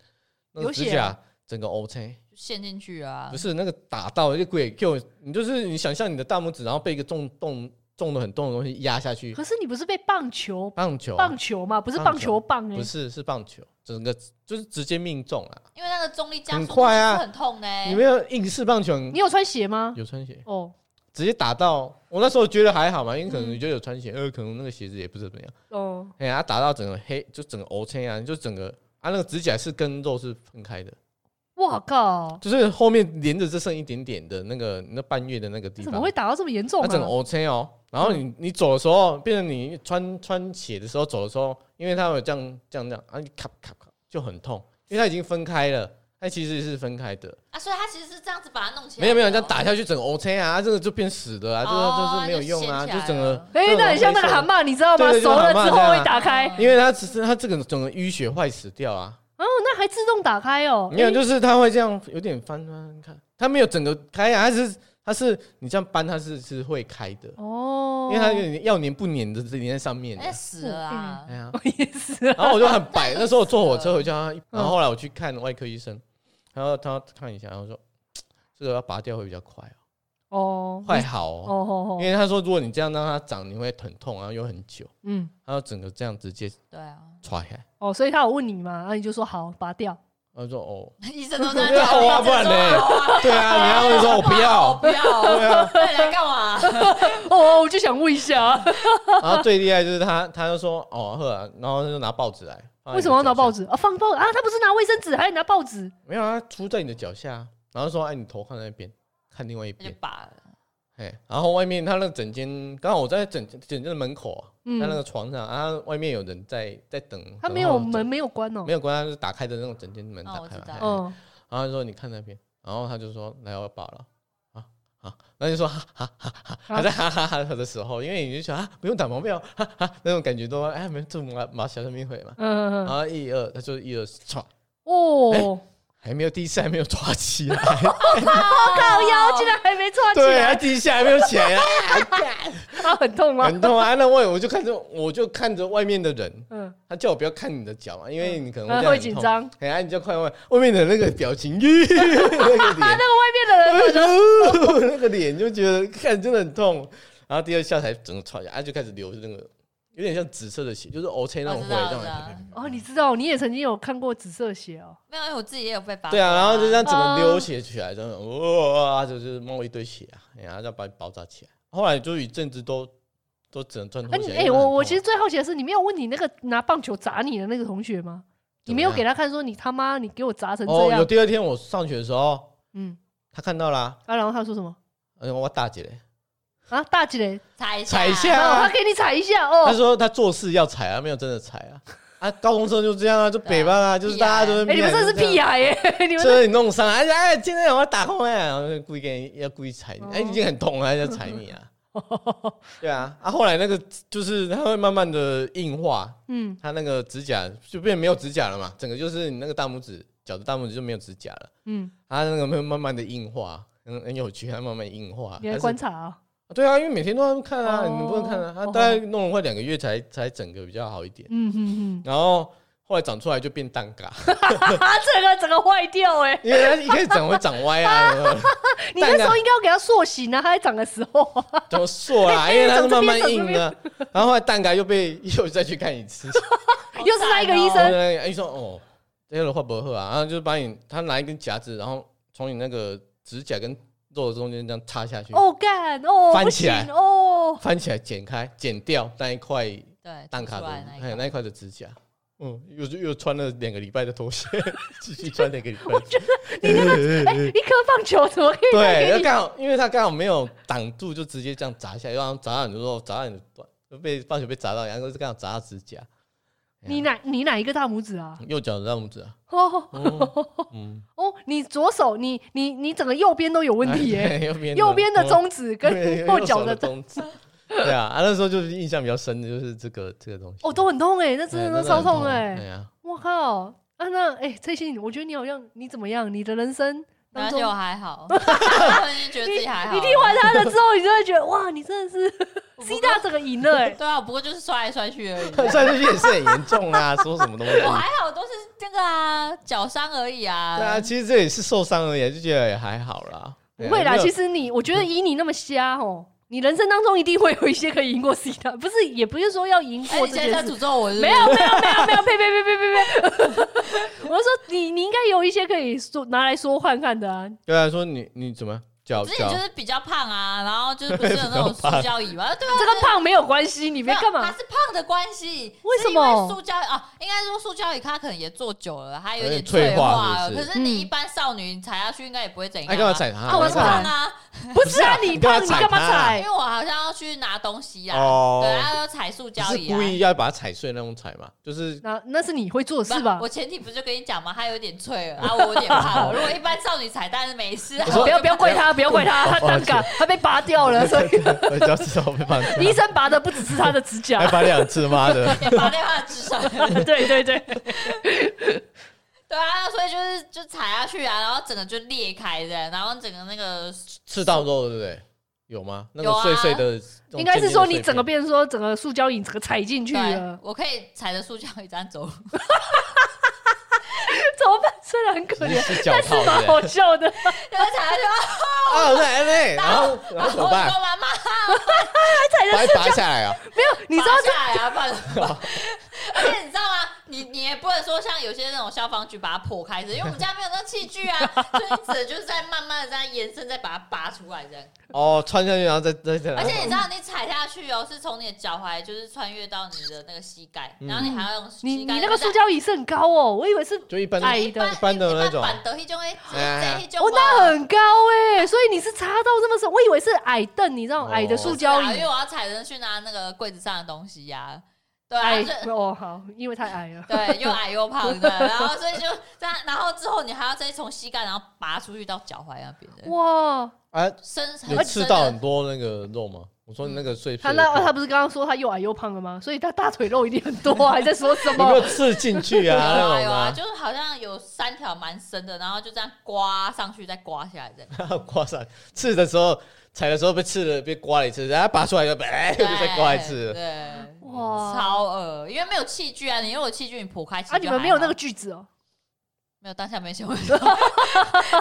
那有个血指甲整个 O C，陷进去啊，不是那个打到就鬼 Q，你就是你想象你的大拇指，然后被一个重重重的很重的东西压下去，可是你不是被棒球棒球啊棒球嘛？不是棒棒球球棒哎不，是是棒球，整个就是直接命中啊！因为那个重力加速很快啊是很痛哎呢。你没有硬式棒球，你有穿鞋吗？有穿鞋，哦直接打到我那时候觉得还好嘛，因为可能嗯你就有穿鞋，因为呃可能那个鞋子也不是怎么样。哦，哎呀，它打到整个黑，就整个 O 青啊，就整个啊那个指甲是跟肉是分开的，哇靠！就是后面连着只剩一点点的那个那半月的那个地怎方，么会打到这么严重它整个啊？嗯 O 青哦。然后你你走的时候，变成你穿穿鞋的时候走的时候，因为它有这样这样这样啊，你咔咔咔就很痛，因为它已经分开了。它其实是分开的，啊，所以他其实是这样子把它弄起来的哦，没有没有这样打下去，整个 O K 啊，这个就变死的啊，这个就是哦没有用啊，就陷起来就了整个。哎，那很像那个蛤蛤蟆，蟆，你知道吗？对对熟了之就后是蛤蟆这样啊会打开，嗯因为它只是它这个整个淤血坏死掉啊，哦，那还自动打开哦。没有，哎就是它会这样有点翻翻看，它没有整个开啊，它是它是你这样搬，它是是会开的，哦，因为它有点要粘不粘的是粘在上面的哎，。死了啊哎！呀， <laughs> 我也是啊，然后我就很白，那时候我坐火车回 <laughs> 家，嗯然后后来我去看外科医生，然后他看一下，然后说嘖这个要拔掉会比较快哦，哦，快好哦哦，哦嗯因哦，为他说如果你这样让它长，你会很痛，然后又很久，嗯，然后整个这样直接对啊， <laughs> 踹开。哦，所以他有问你嘛，然后你就说好，拔 <laughs> 掉。然后说哦，医生都 <laughs> 在对啊讲，哦啊不然嘞对啊，你还会说我不 <laughs> <laughs> 我要，不要，对啊。那你来 <laughs> 干嘛？哦，我就想问一下，啊然后最厉害就是他，他就说哦呵啊，然后他就拿报纸来。 <laughs> 为什么要拿报纸？纸啊？放报啊？他不是拿卫生纸，还拿报纸？没有啊，他出在你的脚下，然后说哎，你头看那边，看另外一嗯那就边。拔了。哎，然后外面他那个整间，刚好我在整整间的门口啊，嗯在那个床上啊，外面有人在在等。他等没候有整门，，没有关哦没。有关，他是打开的那种整间门哦打我开知嘛。道嘿嗯，然后他说你看那边，然后他就说来我要拔了啊啊，然后就说哈哈哈哈，他在哈哈哈哈的时候，因为你就想啊不用打毛票，哈哈那种感觉都哎没这么马小生命会嘛，嗯然后一二，他就一二唰，哦，还没有第一次还没有抓起来，啊 <laughs> 靠腰竟然还没抓起哎对，他来，第一下还没有起来啊， <laughs> 他很痛吗？很痛啊！那我也我就看着我就看着外面的人，嗯，他叫我不要看你的脚嘛，因为你可能会嗯这样会很紧痛。张。 <laughs> 哎，啊你就看外外面的那个表情， <laughs> 那个脸，那个外面的人， <laughs> 那个脸就觉得看真的很痛，然后第二下才整个穿下，啊就开始流那个有点像紫色的血，就是 O C 那我种知会道，这我知道样。。哦，你知道，你也曾经有看过紫色血哦。没有，因为我自己也有被拔过啊。对啊，然后就这样整个流血起来，真的哇，就就是冒一堆血啊，然后再把你包扎起来。后来就一阵子都都只能穿拖哎你鞋。哎，我我其实最好奇的是，你没有问你那个拿棒球砸你的那个同学吗？你没有给他看说你他妈你给我砸成这哦，有样？第二天我上学的时候，嗯，他看到啦，啊，然后他说什么？嗯，我大姐嘞，啊，大姐 <laughs> 嘞，踩一下，踩一下哦，他啊，给你踩一下他哦。说他做事要踩啊，没有真的踩啊，啊，高中生就这样啊，就北方啊，就是大家都 <laughs> 哎，你们真的是屁孩耶！ <laughs> 你们所以你弄伤，哎哎，今天我要打空哎，然后就故意给你要故意踩哦你，哎，已经很痛了，还要踩你 <laughs> 啊，对啊，啊，后来那个就是它会慢慢的硬化，嗯，它那个指甲就变没有指甲了嘛，整个就是你那个大拇指脚的大拇指就没有指甲了，嗯，它那个会慢慢的硬化，很很有趣，它慢慢硬化，你但来是观察啊。对啊，因为每天都要看啊，哦你不能看啊，它哦大概弄了快两个月才才整个比较好一点，嗯嗯然后后来长出来就变蛋嘎，嗯，啊，这个整个坏掉哎！ <laughs> 因为它一开始长会长歪啊。 <laughs> 有没有你那时候应该要给他塑形啊，他在长的时候。 <laughs> 怎么说啦？哎因为哎它是走这慢边慢硬的，然后后来蛋糕又被又再去看一次，好哦又是那一个医然后生那个医生哦，这个的话不会啊，然后就是把你他拿一根夹子，然后从你那个指甲跟肉的中间这样插下去，哦，干哦，翻不起行来哦，翻起来剪开，剪掉那一块对蛋卡卡的，那还有一那个一块的指甲。嗯，又又穿了两个礼拜的拖鞋， <laughs> 继续穿两个礼拜。哎 <laughs> 一颗棒球怎 <laughs> 么可以对，给要你？刚好，因为他刚好没有挡住，就直接这样砸下来，然后砸到你的肉，砸到你的短，就被棒球被砸到，然后是刚好砸到指甲。你哪你哪一个大拇指啊？右脚的大拇指啊，哦 <laughs> 嗯，哦，你左手你你你整个右边都有问题耶，哎对右边 <laughs> 右边的中对指跟右后手脚的的中中指，对啊，啊那时候就是印象比较深的就是这个这个东西，哦都很痛哎，那哎真的都超痛对哎，啊，我靠啊那哎崔欣，我觉得你好像你怎么样？你的人生当然后中就。还 <laughs> 好，突然间觉得你自己还好。你 <laughs> 听完他的之后，你就会觉得哇，你真的是我不 C 大整个赢了哎、 <laughs> 对啊，不过就是摔来摔 <laughs> 去而已。摔出去也是很严重啊，说什么东西？ <laughs> 我还好，都是这个啊，脚伤而已啊。对啊，其实这也是受伤而已，就觉得也还好啦，不会啦，其实实你，我觉得以你那么瞎哦，你人生当中一定会有一些可以赢过 C 的，不是，也不是说要赢哎，过你这现在件在事。诅咒我是不是？没有没有没有没有，呸呸呸呸呸呸！我是说你你应该有一些可以说拿来说看看的啊，对啊，说你你怎么脚我之前脚就是比较胖啊，然后就是不是有那种比较胖塑胶 <laughs> 椅嘛？对啊，这跟胖没有关系，你别没有干它嘛？是胖的关系。为是什因为么塑胶啊，应该说塑胶椅它可能也坐久了，它有有点点退化了。是可不是你一般少女你踩下去应该也不会怎样啊。哎干嘛踩他？啊我我干嘛胖踩啊，不是啊，不是啊你胖你干嘛你踩干嘛他啊因踩？为我好像要去拿东西啊，哦对，然后要踩塑胶他？是椅啊故。意要把它踩碎那种踩嘛， <laughs> 就是那那是你会做的不事吧我？前提不是就跟你讲吗？它有点脆了，然啊后我有点 <laughs> 胖了。如果一般少女踩，但是没事啊。我说哦不要不要怪他，不要怪他，他蛋嘎，他被拔掉了，所以我脚趾头被拔掉，医生拔的不只是他的指还 <laughs> 甲。 <laughs> 拔两次，妈的！也拔掉他的智商。对对对， <laughs> 对啊，所以就是就踩下去啊，然后整个就裂开的，然后整个那个赤道肉对不对？有吗？那个有啊碎碎的，那种应该是说你整个尖尖的碎片变成说整个塑胶椅整个踩进去对了，，我可以踩着塑胶椅这样走路， <laughs> 怎么办？虽然很可只怜，是脚但是哦套蛮对不好对笑的。然后踩下去，啊，对，哎 <laughs> 对，然后然后怎么办哦我？说妈妈把它拔下来啊！你知道拔下 <laughs> 来啊，不然 <laughs> 怎么办而且你知道吗？你你也不能说像有些那种消防局把它破开，因为我们家没有那器 <laughs> 具啊，所以你只能就是在慢慢的在延伸，再把它拔出来这样。哦，穿下去，然后再再再，而且你知道，你踩下去哦，是从你的脚踝就是穿越到你的那个膝盖，嗯然后你还要用膝你盖你那个塑胶椅是很高哦，我以为是就一般矮一般一般的那种啊板凳那种会， <laughs> 哎这一种哦，那很高哎、所以你是插到这么深，我以为是矮凳，你知道哦矮的塑胶胶因椅为，我要踩着去拿那个柜子上的东西呀、对矮啊，就哦好，因为太矮 <laughs> 了。对，又矮又胖的，然后所以就这样，然后之后你还要再从膝盖，然后拔出去到脚踝那边的，哇，啊，深很有吃深到的很，多那个肉吗？我说你那个碎他片，嗯那他不是刚刚说他又矮又胖了吗？所以他大腿肉一定很多、啊，还在说什有没有么？刺进去 <laughs> 有啊？啊有啊，那就是好像有三条蛮深的，然后就这样刮上去，再刮下来这样。种吗？刮上刺的时候，踩的时候被刺了，被刮了一次，然后拔出来又哎， <laughs> 又对被再刮一次。对，哇，超恶，因为没有器具啊，你如果有器具，你剖开其实啊你就们还没有那好个锯子哦？没有当下没想问， <laughs>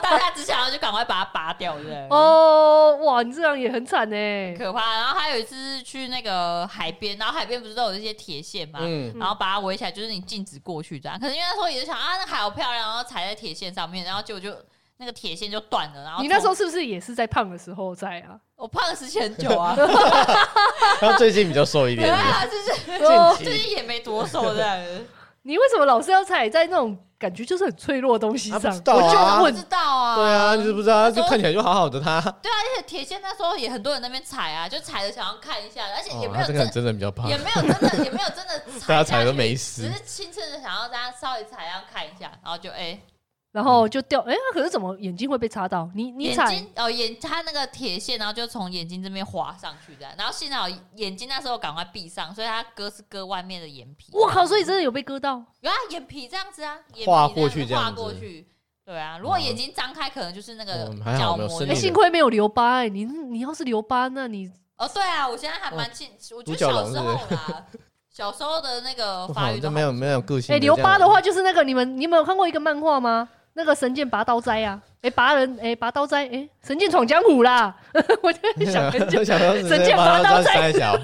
当下只想要就赶快把它拔掉，对不对？哦，哇，你这样也很惨欸呢、很可怕。然后还有一次是去那个海边，然后海边不是都有那些铁线嘛，嗯，然后把它围起来，就是你禁止过去这样。可是因为那时候也是想啊，那海好漂亮，然后踩在铁线上面，然后结果就那个铁线就断了。然后你那时从候是不是也是在胖的时候在啊？我胖了时间很久啊， <laughs> 然后最近比较瘦一对点，啊，就是哦近最期近也没多瘦这样子。你为什么老是要踩在那种感觉就是很脆弱的东西啊不上？知道我啊就不问知道啊， <laughs> 对啊，你知不知道？那时就候看起来就好好的他，而且铁线那时候也很多人在那边踩啊，就踩着想要看一下，而且也哦，没他有这真个人真的比较胖也，没有真的，也没有真的 <laughs> 大家踩踩下都去，没只死。是亲切的想要大家稍微踩，然后看一下，然后就哎、然后就掉，哎、那可是怎么眼睛会被插到？你你眼踩睛哦眼，它那个铁线，然后就从眼睛这边滑上去的，然后幸好眼睛那时候赶快闭上，所以它割是割外面的眼皮，我靠！所以真的有被割到，有啊眼皮这样子啊，眼皮划这过去这样划子过去，对啊，如果眼睛张开，可能就是那个哦还好角没有膜深那哎、入个幸亏没有留疤、哎，你你要是留疤，那你哦，对啊，我现在还蛮庆，我觉独得角小龙时是不候是啦，小时候的 <laughs> 那个不发好，育这都没有没有个性。哎、留疤的， <laughs> 话，就是那个你们你们有看过一个漫画吗？那个《神剑拔刀斋》啊，哎、拔人哎、拔刀斋哎、神剑闯江湖》啦， <laughs> 我就在想很久，啊 <laughs> 想到神剑拔刀三 <laughs> 小， 《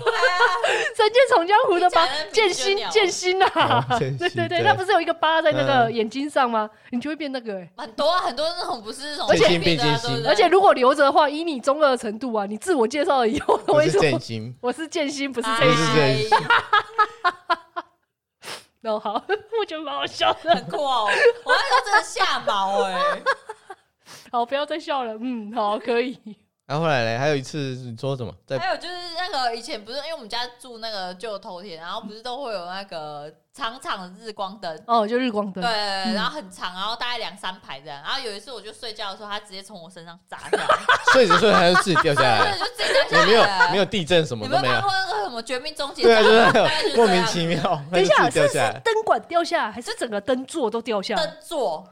神剑闯江湖》的拔听起来那名字剑就心鸟剑心啊，哦剑对心对对，对它不是有一个疤在那个嗯眼睛上吗？你就会变那个哎、很多啊很多那种不是那种而且疾病的啊变形对不对而且如果留着的话，以你中二的程度啊，你自我介绍了以后，不我一是说震惊，我是剑心，不是不是这一。这一哎然后哦好， <laughs> 我觉得蛮好笑的。很酷哦，我那时候真的吓毛哎，好，不要再笑了。嗯，好，可以。然后后来嘞，还有一次你说什么？在还有就是那个以前不是因为我们家住那个旧头田，然后不是都会有那个长长的日光灯。哦，就日光灯对，。然后很长，然后大概两三排这样。然后有一次我就睡觉的时候，它直接从我身上砸下来，睡着睡着它就自己掉下来对，，就直接也掉下没有来。没有地震什你么都没有没看有过，那个什么《绝命终结者》对啊，大概就就是是莫名其妙，它等一就自己掉下下，是是来。灯管掉下来，还是整个灯座都掉下这样来？灯座，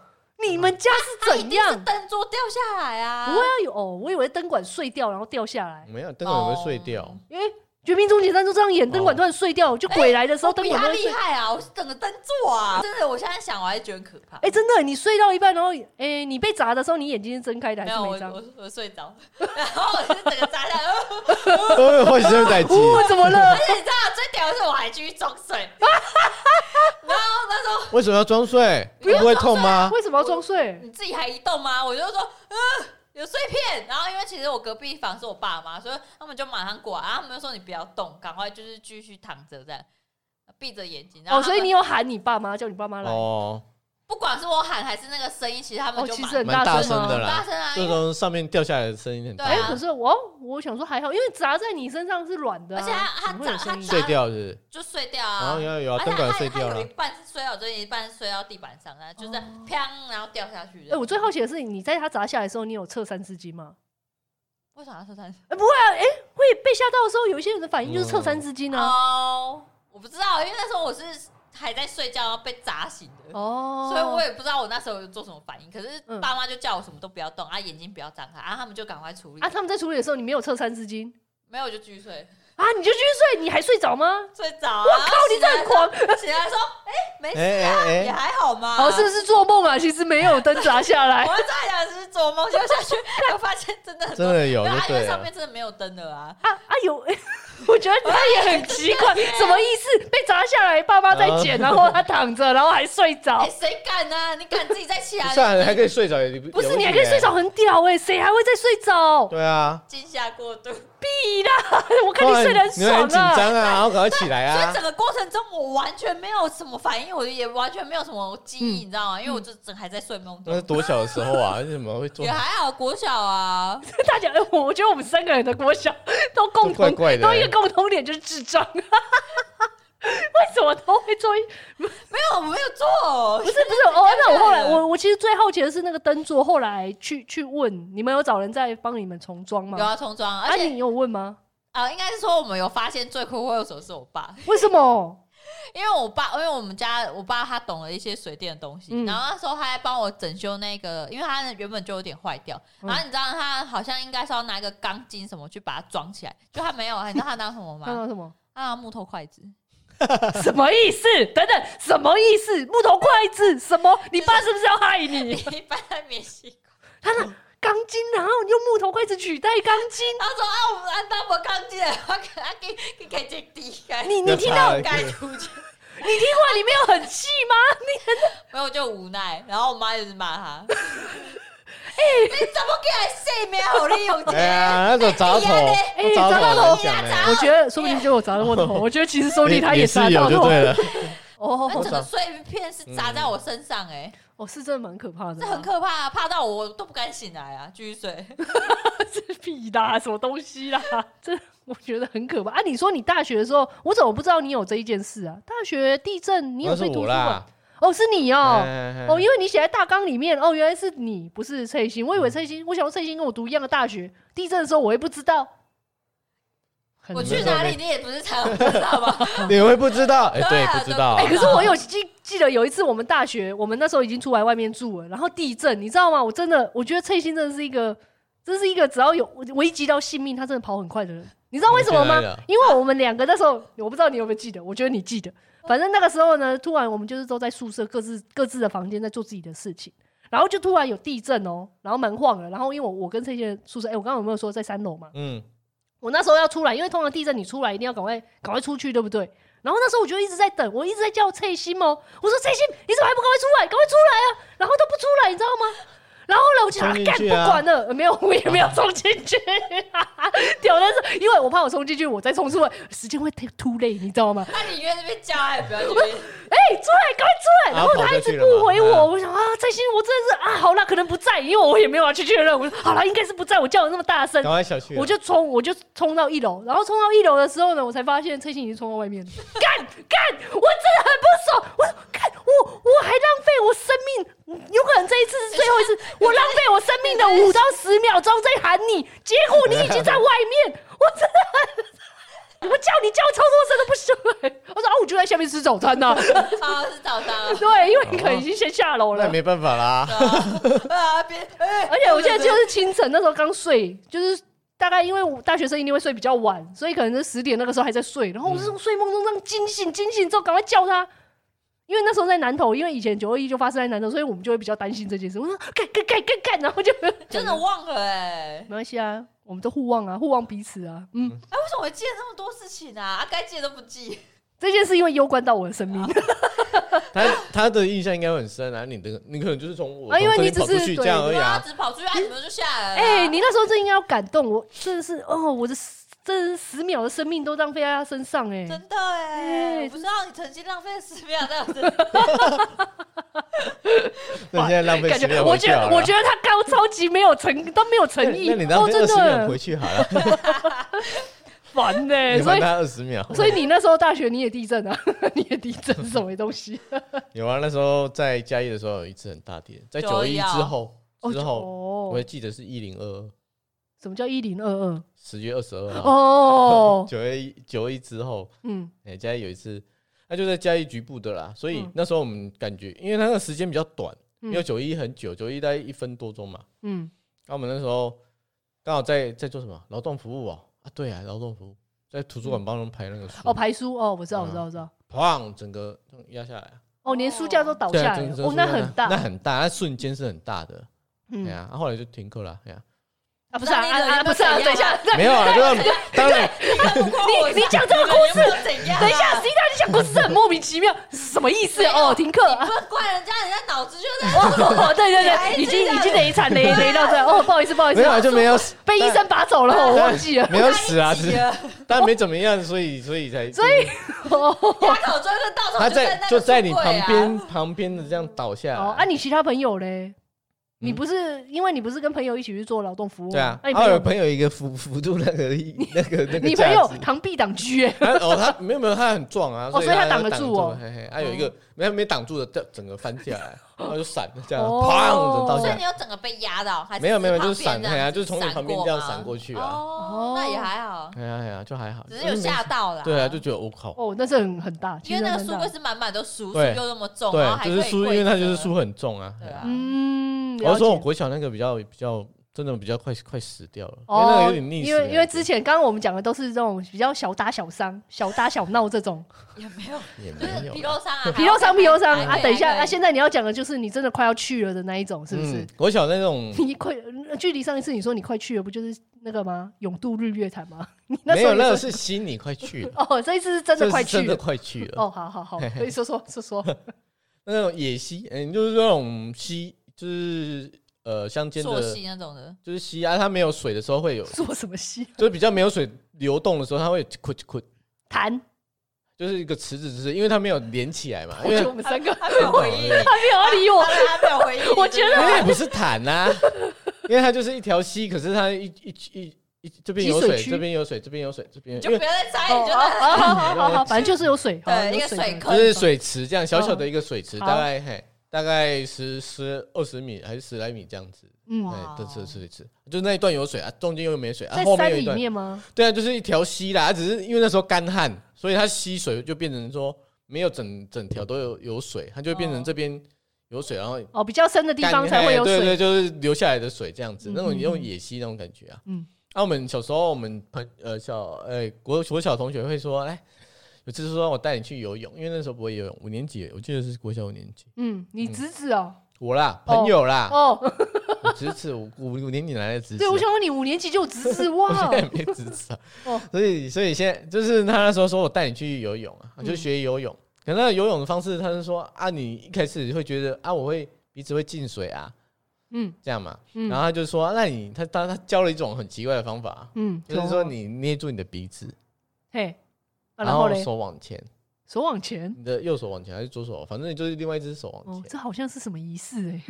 你们家是它一怎定是样？灯座掉下来啊！不会啊，有哦，我以为灯管碎掉，然后掉下来。没有灯管也会碎掉哦，因为《绝命终结三》就这样演，灯管突然碎掉，就鬼来的时候我灯比管他都会厉碎。害啊！我是整个灯座啊！真的，我现在想我还觉得很可怕。哎，真的，你睡到一半，然后哎，你被砸的时候，你眼睛是睁开的还没是有，我没张？我我睡着， <laughs> 然后我就整个砸下来。呃呃， <laughs> 会生在机，哦，怎么了 <laughs> 而？且你知道最屌的是，我还继续装 <laughs> 睡。然后那时候为什么要装睡？不啊会痛吗？为什么要装睡？你自己还移动吗？我就说，嗯、有碎片。然后因为其实我隔壁房是我爸妈，所以他们就马上过来，然后他们就说你不要动，赶快就是继续躺着这样，闭着眼睛。然后哦，他所们以你有喊你爸妈，叫你爸妈来。哦，不管是我喊还是那个声音，其实他们哦，就其马实很蛮大声声的吗？啦大声啊，哦这因为种上面掉下来的声音很大对哎、啊可是我我想说还好，因为砸在你身上是软的啊、而且它它怎么会有砸声音它砸碎掉是就碎掉不是，然啊后。有有啊，而且灯它管它碎掉它有了一，半是摔到这里，一半是摔到地板上，然后就是哦砰，然后掉下去哎、的。我最好奇的是，你在它砸下来的时候，你有测三字经吗？为啥要说三十？哎、不会啊，哎、会被吓到的时候，有一些人的反应就是测三字经啊。哦，我不知道，因为那时候我是还在睡觉，然后被砸醒的。哦，嗯所以我也不知道我那时候有做什么反应，可是嗯爸妈就叫我什么都不要动，啊，眼睛不要张开，啊，他们就赶快处理。啊，他们在处理的时候，你没有撤三丝巾没有我就继续 <laughs> 睡，啊，你就继续睡，你还睡着吗？睡着、啊。我靠，你这很狂！起来说，哎、没事哎啊，哎也哎，还好嘛。哦，是不是做梦啊？其实没有灯砸下来我，们再想是做梦，就下去， <laughs> 我发现真的很多真的有没有啊就因为对上了面。真的没有灯的啊。啊啊有， <laughs> 我觉得他也很奇怪，什么意思？被砸下来，爸妈在啊捡，然后他躺着，然后还睡着哎，。谁敢啊？你敢自己再 <laughs> 起来？算啊了，还可以睡着，也欸不是你还可以睡着，。很屌哎、谁还会在睡着？对啊，惊吓过度。屁啦！ <laughs> 我看你睡得很你会爽很紧啊！张啊，然后赶快起来 <laughs> 所以啊整。个过程中，我完全没有什么反应，我也完全没有什么记忆，嗯你知道吗？因为我就整还在睡梦那是中，多小的时候啊？你怎么会做也？还好，国小啊， <laughs> 大家，哎我我觉得我们三个人的国小都共同都怪怪的都一个共同点就是智障。 <laughs> 为什么都会做一？没 <laughs> 有，我没有做，不是不是哦，那我后来人我我其实最好奇的是那个灯座，后来去去问你们有找人在帮你们重装吗？ <laughs> 有要重装，啊，而且你有问吗？啊、应该是说我们有发现罪魁祸首是我爸， <laughs> 为什 <laughs> 么？因为我爸，因为我们家我爸他懂了一些水电的东西，嗯然后那时候他还帮我整修那个，因为他原本就有点坏掉，嗯然后你知道他好像应该是要拿一个钢筋什么去把它装起来，就他没有，你知道他拿什么看吗？到什么？他拿木头 <laughs> 筷子，什么意思？等等，什么意思？木头筷子？什么？你爸是不是要害你？ <laughs> 一般在免洗筷。他拿钢筋，然后用木头筷子取代钢筋。他说啊，我们按到我刚进来，我给他给给给这第一盖，你你听到要你插盖出去，听话，你没有很气吗？没有我就无奈，然后我妈一直骂他。 <laughs> 哎、哎你怎么给他睡眠好利用哎钱？呀，那种砸头哎，砸砸到头头很响哎。我觉得说不定就有砸到 <laughs> 我头，我觉得其实说不定他也砸是到有就头。对了，哦哎那整个碎片是砸在我身上、哎、哦，是真的蛮可怕的这啊，很可怕、怕到我都不敢醒来啊，继续睡。这是屁啦，什么东西啦？ <laughs> 这我觉得很可怕啊！你说你大学的时候，我怎么不知道你有这一件事啊？大学地震，你有那是被图我书啦馆？。哦，是你哦。哦，哦因为你写在大纲里面，哦，原来是你，不是翠欣。我以为翠欣，我想说翠欣跟我读一样的大学，地震的时候我也不知道。很我没去错哪没里你也不是常知道 <laughs> 吧？你会不知道？哎，对对，啊不知道哎、可对。是我有记记得有一次我们大学，我们那时候已经出来外面住了，然后地震，你知道吗？我真的，我觉得翠欣真的是一个，真是一个只要有危及到性命，他真的跑很快的人。你知道为什么吗我知道了？因为我们两个那时候，我不知道你有没有记得，我觉得你记得。反正那个时候呢，突然我们就是都在宿舍各自各自的房间在做自己的事情，然后就突然有地震哦，然后门晃了，然后因为我我跟这些人宿舍，哎、我刚刚有没有说在三楼嘛？嗯，我那时候要出来，因为通常地震你出来一定要赶快赶快出去，对不对？然后那时候我就一直在等，我一直在叫翠心哦，我说翠心，你怎么还不赶快出来？赶快出来啊！然后都不出来，你知道吗？然后呢，我就想、冲进干去不啊管了，呃没有，我 <laughs> 也没有冲进去，屌的是，因为我怕我冲进去，我再冲出来，时间会 take too late，你知道吗？那你约这边叫，还不要这边。哎、出来，赶快出来！啊然后他一直不回我，我想啊，蔡心，我真的是啊，好啦，可能不在，因为我也没有要去确认，我说好啦，应该是不在，我叫的那么大 <laughs> 声赶，快小去。啊我就冲，我就冲到一楼，然后冲到一楼的时候呢，我才发现崔欣已经冲到外面了。 <laughs> 干干，我真的很不爽，我干我我还浪费我生命，有可能这一次是最后一次，我浪费我生命的五到十秒钟在喊你，结果你已经在外面， <laughs> 我真的很，我叫你叫超多声都不行、欸，我说啊，我就在下面吃早餐呐、 <laughs> 啊，是早上啊。 <laughs> 对，因为你可能已经先下楼那了。没办法啦。对啊，别，哎而且我记得就是清晨那时候刚睡，就是大概因为我大学生一定会睡比较晚，所以可能是十点那个时候还在睡，然后我是从睡梦中这样惊醒，惊醒之后赶快叫他。因为那时候在南投，因为以前九二一就发生在南投，所以我们就会比较担心这件事。我说干干干干干，然后就 <laughs> 真的忘了 <laughs> 哎、没关系啊，我们都互望啊，互望彼此啊。嗯，哎、为什么我记得那么多事情啊？啊，该记的都不记。这件事因为攸关到我的生啊 <laughs> 命，他他的印象应该会很深啊，你的你可能就是从我啊因为从你这只边跑是出去这样而对已啊，啊。只跑出去，哎，你们就下来了啊。哎、你那时候真应该要感动我，真的是哦，我的这十秒的生命都浪费在他身上哎、真的哎、哎我不知道你曾经浪费了十秒在我身上。那你现在浪费感时觉间我回觉去好得了。我觉得他高超级没有诚，都没有诚意。那你浪哦，费真二十秒的回去好 <laughs> 了，烦呢、你所还以他二十秒。所以你那时候大学你也地震啊， <laughs> 你也地震是什么东西？有啊，那时候在嘉义的时候有一次很大跌，在九九二一一之啊后之后，哦我还记得是一零二什么叫一零 <laughs> 二二？十月二十二号，哦， <laughs> 九一九一之后，嗯，哎，嘉义有一次，哎，它就在嘉义局部的啦，所以嗯那时候我们感觉，因为它那个时间比较短，因为嗯九一很久，九一大概一分多钟嘛，嗯，那我们那时候刚好在在做什么劳动服务哦，啊对啊，劳动服务在图书馆帮人排那个书，哦，排书哦，我知道，我知道，嗯我知道。砰，整个压下来啊，哦，连书架都倒对下啊，来整了，整哦，那很大，那很大，那瞬间是很大的，对嗯啊，啊后来就停课了，哎呀，啊，不是啊那你的啊，啊有没有不是啊，怎等样一下，没有啊，就是当然你你你讲这个故事，怎样啊？等一下，实际上你讲故事很莫名其妙，是什么意思？哦，停课 <laughs> 啊不！能怪人家，人家脑子就在哦，对对你还对，已经哎这样啊已经累惨 <laughs> 累累到这样，哦，不好意思不好意思没有，啊就没有死，被医生拔走了，我忘 <laughs> 记了。没有死啊，只自己是了。但没怎么样，所以所以才所以哦他口装的到头他在在那个就在你书柜啊旁，边旁边的这样倒下哦，来，啊，你其他朋友嘞？你不是因为你不是跟朋友一起去做劳动服嗯务吗？对啊，那你啊朋有友朋友一个辅辅助那个那个那个你架朋友子螳臂挡车欸，他哦，他没有没有，他很壮啊，哦所以他他挡得挡住哦嘿嘿，他有一个没没挡住的，掉整个翻下来，然后就闪了这样，哦砰，整倒所下以你来。有整个被压到，还是没有没有，就是只旁闪，边哎这呀，样就是从你旁边这样闪过去去啊，哦，那也还好，哎呀哎呀，就还好，只是有吓到啦。对啊，就觉得我靠，哦，那是很很大，因为那个其实书很柜大是满满都书，书对又那么重，然后对，还就是书，因为它他就是，书很重啊。对哎呀啊嗯，我了哦是说我解。国小那个比较比较，真的比较快快死掉了，因为那个哦有，点溺死因的为感觉。因为之前刚刚我们讲的都是这种比较小打小伤、小打小闹这种也没有，也就是没皮有嗯啦。肉伤啊，皮肉伤、皮肉伤还可以啊。等一下还可以啊，现在你要讲的就是你真的快要去了的那一种，是不是嗯？国小那种你快呃距离上一次你说你快去了，不就是那个吗？永渡日月潭吗？你 <laughs> 那没时候有，也那个是是心里快 <laughs> 去了，哦，这一次是真这是的快真去的了。快去了。哦，好好好，所以说说说说， <laughs> 那种野溪，嗯、就是那种溪，就是呃乡间朔的，溪那种的，就是溪啊，它没有水的时候会有，做什么戏？就是比较没有水流动的时候，它会哭哭，谈，就是一个池子，就是因为它没有连起来嘛，因我觉为得我们三个 <laughs> 他没有回应，因他没有要理我，他没有回应，我觉得为不是潭呐、因为它就是一条溪，可是它一一一一这边有集水水，区这边有水，这边有水，这边有你就因为不要再猜，哦 <laughs> 你就在好好好好 <laughs> 好，反正就是有水，好对有一个水水的坑就是水池这样小小哦的一个水池，好大概嘿大概十十二十米还是十来米这样子，嗯对，，哇这是水池，就是那一段有水啊，中间又没水啊，在后面山有一里段。面吗？对啊，就是一条溪啦，只是因为那时候干旱，所以它溪水就变成说没有整整条都有有水，它就会变成哦这边有水，然后哦，比较深的地干方才会有嘿对水对，就是流下来的水这样子，嗯那种嗯用嗯野溪那种感觉啊。嗯嗯，啊，我们小时候我们朋呃小呃国国小同学会说，哎，有次说我带你去游泳，因为那时候不会游泳，五年级，我记得是国小五年级，嗯，你侄子哦，我啦，哦朋友啦，哦，我侄子五五五年级来啊的侄子，啊对，我想问你五年级就有侄子哇我现，在没支持啊 <laughs> 哦。所以，所以现在就是他那时候说我带你去游泳啊，嗯就学游泳。可那游泳的方式，他是说啊，你一开始会觉得啊，我会鼻子会进水啊，嗯这样嘛。嗯然后他就说，啊那你他他他教了一种很奇怪的方法，嗯，就是说你捏住你的鼻子，嘿，啊然然后后嘞，手往前，手往前，你的右手往前还是左手，反正你就是另外一只手往哦，前。这好像是什么仪式哎，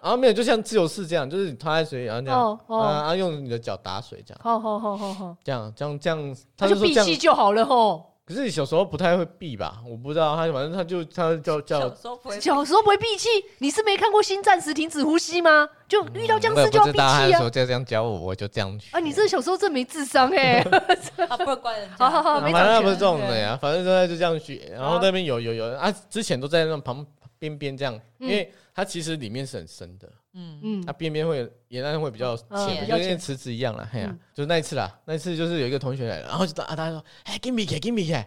然后没有，就像自由式这样，就是你趴在水里，然后这样，哦啊哦，啊，用你的脚打水这样，好好好好好，这样这样这样，那他就就说闭这样气就好了吼。可是小时候不太会避吧？我不知道，他反正他就他叫叫小，时候不会， <laughs> 小时候不会闭气，你是没看过《新战时停止呼吸》吗？就遇到僵我也尸就不要知闭道他嗯气那时啊候！就这样教我，我就这样去。啊，你这小时候真没智商 <laughs> 哎、啊，不能怪人家，好好好啊没反长正进他不是这种的呀，反正现在就这样学，然后那边有有有啊，之前都在那种旁边边这样，嗯因为它其实里面是很深的，嗯，嗯它，边边会沿岸会比较嗯浅比的，较就跟浅池子一样了。嘿呀嗯，就是那一次啦，那一次就是有一个同学来了，然后就啊，他说：“哎，给米给给米给。”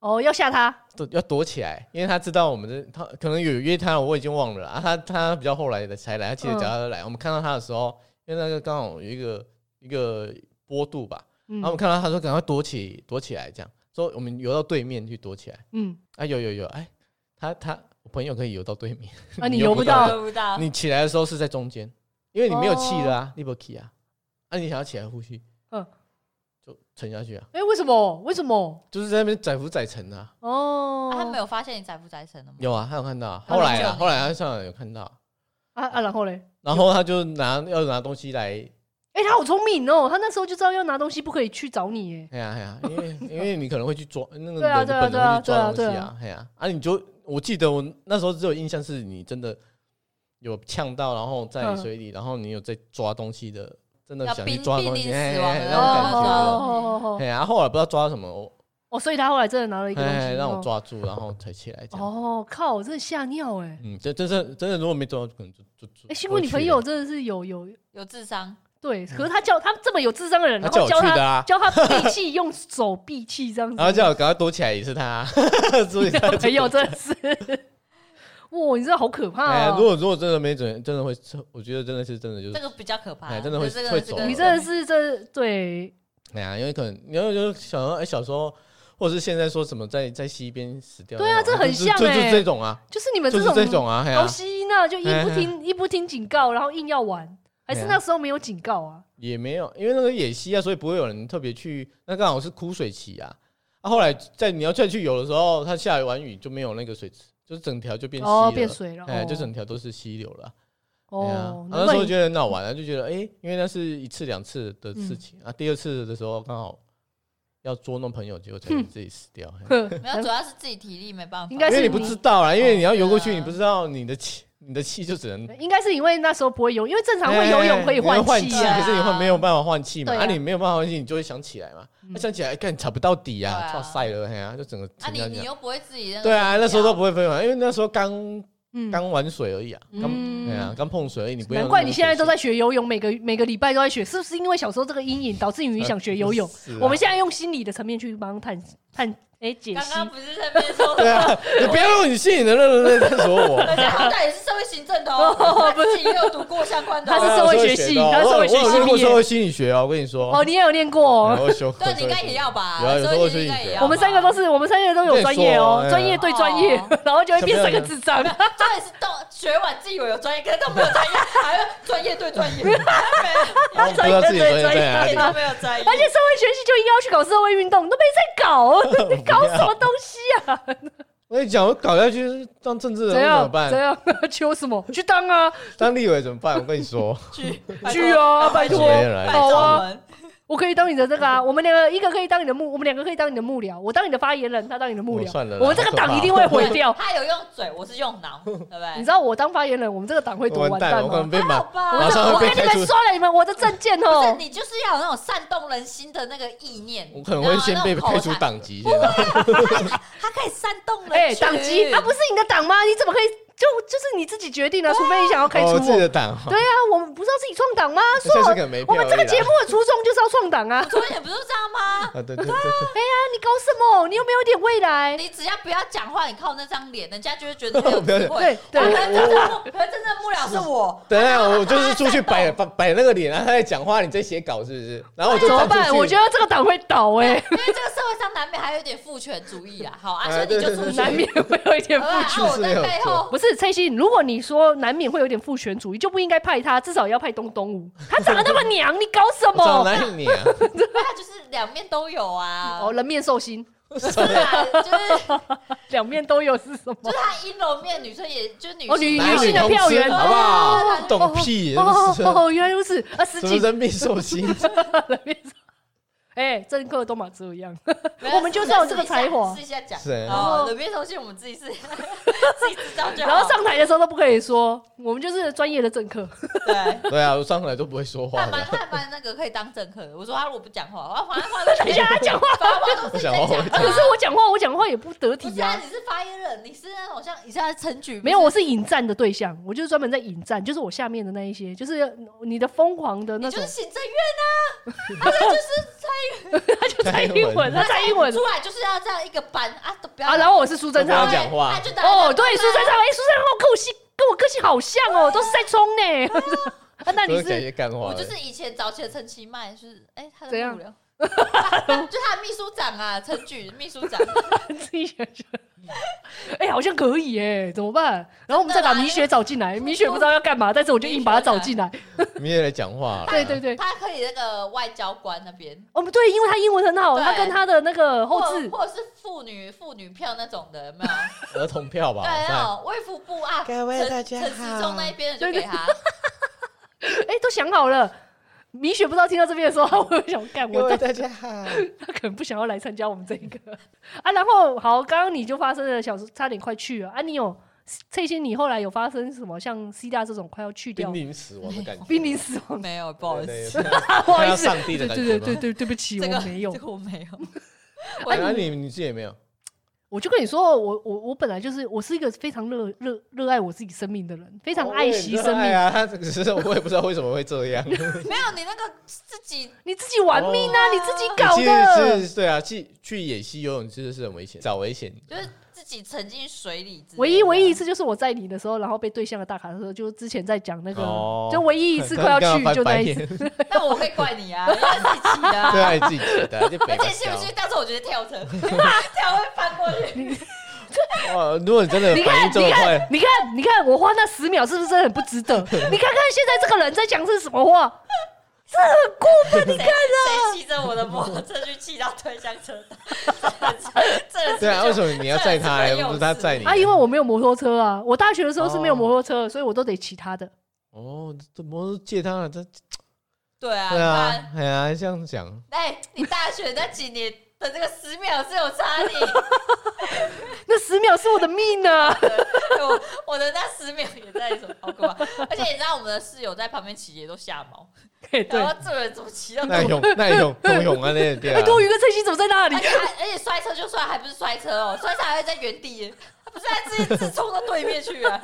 哦，要吓他，躲要躲起来，因为他知道我们的他可能有约他，我已经忘了啊。他他比较后来的才来，他骑着脚踏车来。我们看到他的时候，因为那个刚好有一个一个坡度吧，嗯然后我们看到他说赶快躲起躲起来，这样说我们游到对面去躲起来。嗯，啊，有有有，哎，他他我朋友可以游到对面，啊，你你游游不不到到，不到，你起来的时候是在中间，因为你没有气了啊，你不气啊，啊你想要起来呼吸，嗯嗯，就沉下去啊，哎、为什么？为什么？就是在那边载浮载沉啊。哦，他没有发现你载不载沉的吗？有啊，他有看到啊，他后来有啊，救后来他上来有看到。啊啊，然后嘞，然后他就拿要拿东西来，哎、他好聪明哦，他那时候就知道要拿东西不可以去找你哎，哎呀哎 <laughs> 呀，因为因为你可能会去抓那个对啊人对啊本对啊能会去抓对东西啊啊，哎呀啊，你就我记得我那时候只有印象是你真的有呛到，然后在嗯水里，然后你有在抓东西的，真的要想去濒抓濒东临西，死哎哎亡哎的那种那感种觉哦的。哎呀，后来不知道抓什么，我哦，所以他后来真的拿了一个东西哎，让我哦抓住，然后才起来这样。哦，靠！我真的吓尿哎、欸！嗯，这真是真的，如果没抓到，可能就就就。哎、幸亏你朋友真的是有有有智商，对，可是他叫他这么有智商的人，他然叫后我教去他的啊，教他闭气，用手闭气这样子。然后叫我赶快躲起来也是他， <laughs> 所以你他 <laughs> 的朋友真的是，哇，你这好可哎怕，如哦！果如果真的没准，真的会，我觉得真的是真的就这是，个比较可怕，啊哎真的会这个会这走个的你真的是这对哎呀，因为可能你要就想到，哎，小时候或者是现在说什么在在溪边死掉那种，对啊这很就是像就哎是这种啊，就是你们就是这种啊，哎好呀，哎吸纳，就一不听一不听警告，然后硬要玩，还是哎呀那时候没有警告啊？也没有，因为那个野溪啊，所以不会有人特别去，那刚好是枯水期啊，啊，后来在你要再去游的时候，它下完雨就没有那个水池，就是整条就变溪哦，了，变水了，哎，哦就整条都是溪流了。对啊哦啊，难那怪时候你觉得很好玩啊，就觉得哎、诶因为那是一次两次的嗯事情、啊，第二次的时候刚好要捉弄朋友，结果才自己死掉。嘿哼没有，主要是自己体力没办法，应该因是哦为你不知道啦，因为你要游过对去，啊你不知道你的气，你的气就只能 <laughs> 应该是因为那时候不会游，因为正常会游泳可以哎哎哎换气气啊可是你会没有办法换气嘛？对啊嗯啊，你没有办法换气，你就会想起来嘛。那想起来，哎干踩不到底啊，对操啊晒了，哎呀，就整个啊，沉你下你去啊。又不会自己那个对啊，那时候都不不会分享，因为那时候刚嗯刚玩水而已啊，刚嗯哎呀刚碰水而已，你不要难那怪么你现在水都性在学游泳，每个每个礼拜都在学，是不是因为小时候这个阴影导致你想学游泳？ <laughs> 是啊我们现在用心理的层面去帮探探哎、解刚析，刚不是在那 <laughs> 边说，对啊，你不要用你信你的那那在说我。人家好歹也是社会行政 <laughs> 的哦，他自己也有读过相关的哦，他是社会学系他是社会学系我有我有念过毕业社会心理学哦，我跟你说。哦，你也有练过、我哦。有修过对，你应该也要吧？有啊有社会社学会应该也学要吧。我们三个都是，我们三个都有专我跟你业哦说，啊专业对专业哦， <laughs> 然后就会变三个智障。重点是都学完自以为有专业，可是都没有专业，还要专业对专 <laughs> 业，没有我不哦知道自己专业在哪里一点都没有专业而。且社会学系就应该要去搞社会运动，你都没在 <laughs> 搞，你搞什么东西啊？我跟你讲，我搞下去当政治人物怎么怎样怎办？样？ <laughs> 求什么？去当啊！当立委怎么办？我跟你说，去去啊拜托没人来拜托好啊我们我可以当你的这个啊，我们两个一个可以当你的幕，我们两个可以当你的幕僚，我当你的发言人，他当你的幕僚。我哦算了啦我们这个党一定会毁掉。他有用嘴，我是用脑，对不你对知？道我当发言人，我们这个党会多完完蛋蛋了，我可能吗？被马吧马上我会跟被你开们除说。了，你们我的证件不是，哦，你就是要有那种煽动人心的那个意念。我可能会先被开除然后那种口才。党籍，现在他可以煽动哎，人群，党籍啊，不是你的党吗？你怎么可以就就是你自己决定啊的？除非你想要开除哦，自己我。的党哦，对啊，我们不是要自己创党吗？说下次我可能没我票而已啦。们这个节目的初衷就是要创党啊！啊，昨天不是这样吗？啊，对对对对，你搞什么？你有没有一点未来？你只要不要讲话，你靠那张脸，人家就会觉得你有智不要对慧。对我可能真正幕，可能真正幕僚是我。等一下我就是出去摆摆摆那个脸，然后他在讲话，你在写稿是不是？然哦后我就怎么站出去办？我觉得这个党会倒哎，因为这个社会上难免还有一点父权主义啦。好啊，哎所以你就出对去，难免会有一点好吧？啊，权我是没有在背后，不是蔡心，如果你说难免会有点父权主义，就不应该派他，至少要派东东武。他长得那么娘，你搞什我找么？哪里你啊？他就是两面都有啊。哦，人面兽心，是啊，就是两面都有是什就么是？他阴柔面，女生也就女哦女男女性的同票志源好不哦好？懂屁，哦是不是哦，原来如此啊！实什么际人面兽心？人面兽，哎，政客都嘛这样，没有我们就是要有这个试一下才华试一下讲，是哦，冷面东西我们自己是 <laughs> 自己知道就好。然后上台的时候都不可以说，我们就是专业的政客。对。对啊，我上来都不会说他话蛮的， <laughs> 他蛮那个可以当政客的，我说他如果不讲话，我反正话都等一下他讲话，反正话都不是想话我你会在讲可讲是啊。我讲话我讲话也不得不体是啊，啊。你是发言人，你是那种像你是在陈举，没有，我是引战的对象，我就是专门在引战，就是我下面的那一些，就是你的疯狂的你那就种是，行政院，他就蔡英文，他蔡英文出来就是要这样一个班啊，都不要啊，然后我是苏贞不要昌讲，话他就打哦，对，苏贞昌，哎，苏贞昌跟我个性跟我个性好像哦，都是在冲呢。 <laughs> 啊，那都你是讲一是些干话我的。就是以前早期的陈其迈，就是哎、他怎的样幕僚， <laughs> 就他的秘书长啊，陈举秘书长，自己选择？哎，好像可以哎，怎么办？然后我们再把米雪找进来，米雪不知道要干嘛，但是我就硬把她找进来。明天来讲话了。对对对，他可以那个外交官那边，哦，不对，因为她英文很好，对她跟她的那个后或置，或者是妇女妇女票那种的，有没有？儿童票吧。对，那种卫福部啊， <laughs> 各位陈大家陈时中那一边的就对对给他， <laughs> 哎，都想好了。米雪不知道听到这边的时候，她会不会想干？我到大家好。他可能不想要来参加我们这一个啊。然后好，刚刚你就发生了小时差点快去了啊，你有这些你后来有发生什么像 C 大这种快要去掉濒临死亡的感觉。濒临死亡？没有，不不好意思，思，不好意思，上帝对的感对觉对吗对对，对不起，这个我没有这。个我没有，我哎，啊你你自己也没有，我就跟你说，我我我本来就是我是一个非常热热热爱我自己生命的人，非非常爱惜生命。啊。他只是我也不知道为什么会这样，没有你那个自己你自己玩命啊，哦你自己搞其的。实是对啊，去去演戏游泳真的是很危险，找危险。就是自己沉进水里之类的。唯一唯一一次就是我在你的时候，然后被对象的大卡车，就之前在讲那个，哦就唯一一次快要去就那一次。次，那我可以怪你啊，因为自己骑的、 <laughs> 对啊。啊，你自己觉得就北而吧且信不笑信，当时我觉得跳车，跳会翻过去。哇，如果你真的你反看，应这么你快看，，你看，你看，我花那十秒是不是真的很不 <laughs> 值得？你看看现在这个人在讲是什么话？你看啊，谁骑着我的摩托车去骑到推向车道？这 <laughs> 对啊，为什么你要载他嘞？这不是他载你啊，因为我没有摩托车啊，我大学的时候是没有摩托车的，所以我都得骑他的。哦，这摩托借他了，这对啊，对不然啊，哎呀，这样讲， <laughs> 哎，你大学那几年的这个十秒是有差你，那十秒是我的命 <laughs> 啊！我我的那十秒也在什么好可怕。而且你知道我们的室友在旁边骑也都吓毛，嘿然后这个人怎么骑到？那而 <laughs> 勇那勇 <laughs> 那勇啊，那对哎， <laughs> 多啊，余跟蔡心怎么在那里？且还而且摔车就算，还不是摔车哦，摔车还会在原地耶，他不是他自己自冲到对面去啊？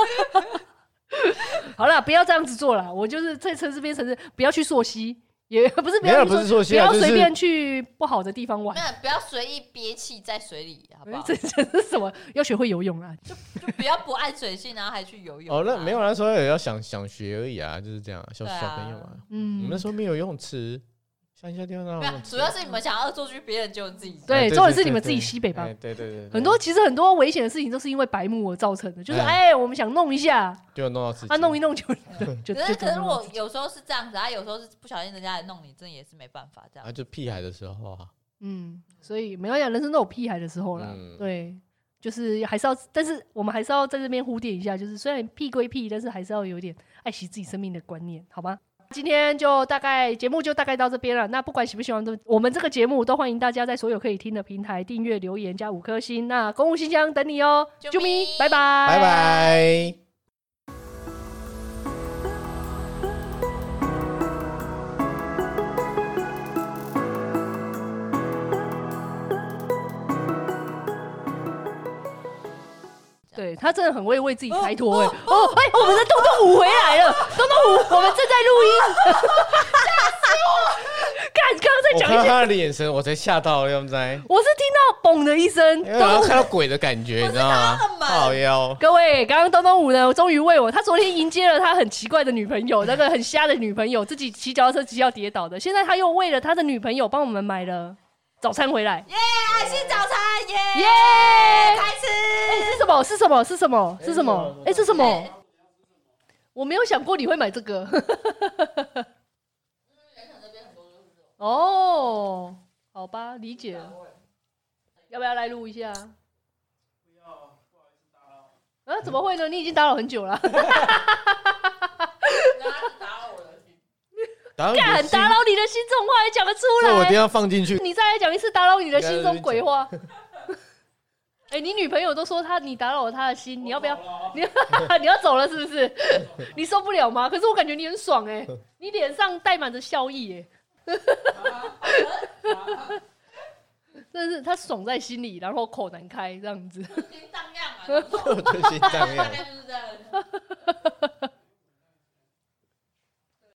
好了，不要这样子做了。我就是在城市边城市，不要去溯溪，也不是不没要有去不是溯溪啊不就要是随便去不好的地方玩没。有，不要随意憋气在水里，好不好？ <laughs> 这这是什么？要学会游泳啊！就不要不爱水性，然后还去游泳啊。哦，那没有那时候也要想想学而已啊，就是这样，小对啊小朋友嘛，我们嗯啊那，时候没有游泳池，乡下地方哪有没游有，泳池？主要是你们想要恶作剧别人，就自己做。哎对，对重点是对你们对自己吸北吧哎。对对对，对很多其实很多危险的事情都是因为白目而造成的，就是嗯哎、我们想弄一下，就弄到自己啊，弄 <laughs> 一弄就就就可是可就弄是了我有时候是这样子啊，有时候是不小心人家来弄你，真的也是没办法这样啊，。就屁孩的时候啊，嗯，所以没关系啊，人生都有屁孩的时候啦，嗯对，就是还是要，但是我们还是要在这边呼点一下，就是虽然屁归屁，但是还是要有点爱惜自己生命的观念，好吗？今天就大概节目就大概到这边了。那不管喜不喜欢都，我们这个节目都欢迎大家在所有可以听的平台订阅、留言加五颗星。那公务信箱等你哦，啾咪啾咪，拜拜，拜拜。对他真的很会为自己开脱哎、哦哎、我们的东东虎回来了，东东虎，我们正在录音， <laughs> 吓死我！看，刚刚在我讲看一到些，他的眼神，我才吓到，要不然，我是听到嘣的一声，因为东我要东看到鬼的感觉，你知道吗我知道他很？猛好妖，各位，刚刚东东虎呢，终于为我，他昨天迎接了他很奇怪的女朋友，那个很瞎的女朋友，自己骑脚踏车骑到跌倒的，现在他又为了他的女朋友帮我们买了早餐回来，耶，爱心早餐耶，哎耶、开吃。哎是什么？是什么？是什么？是什么？哎、是什么哎？我没有想过你会买这个。哦，好吧，理解了。要不要来录一下？不要，不好意思打扰。啊？怎么会呢？你已经打扰很久了，打敢打扰你的心中话还讲得这我一出定来？要放进去。 <laughs> 你再来讲一次打扰你的心中鬼话。 <laughs> 哎、你女朋友都说她你打扰了她的心，你要不要？啊你你要 <laughs> 走了是不是？你受不了吗？可是我感觉你很爽哎、你脸上带满着笑意 <laughs> 哎、真的是他爽在心里，然后口难开这样子。 <laughs> 心脏样嘛，我的心脏大呀。概就是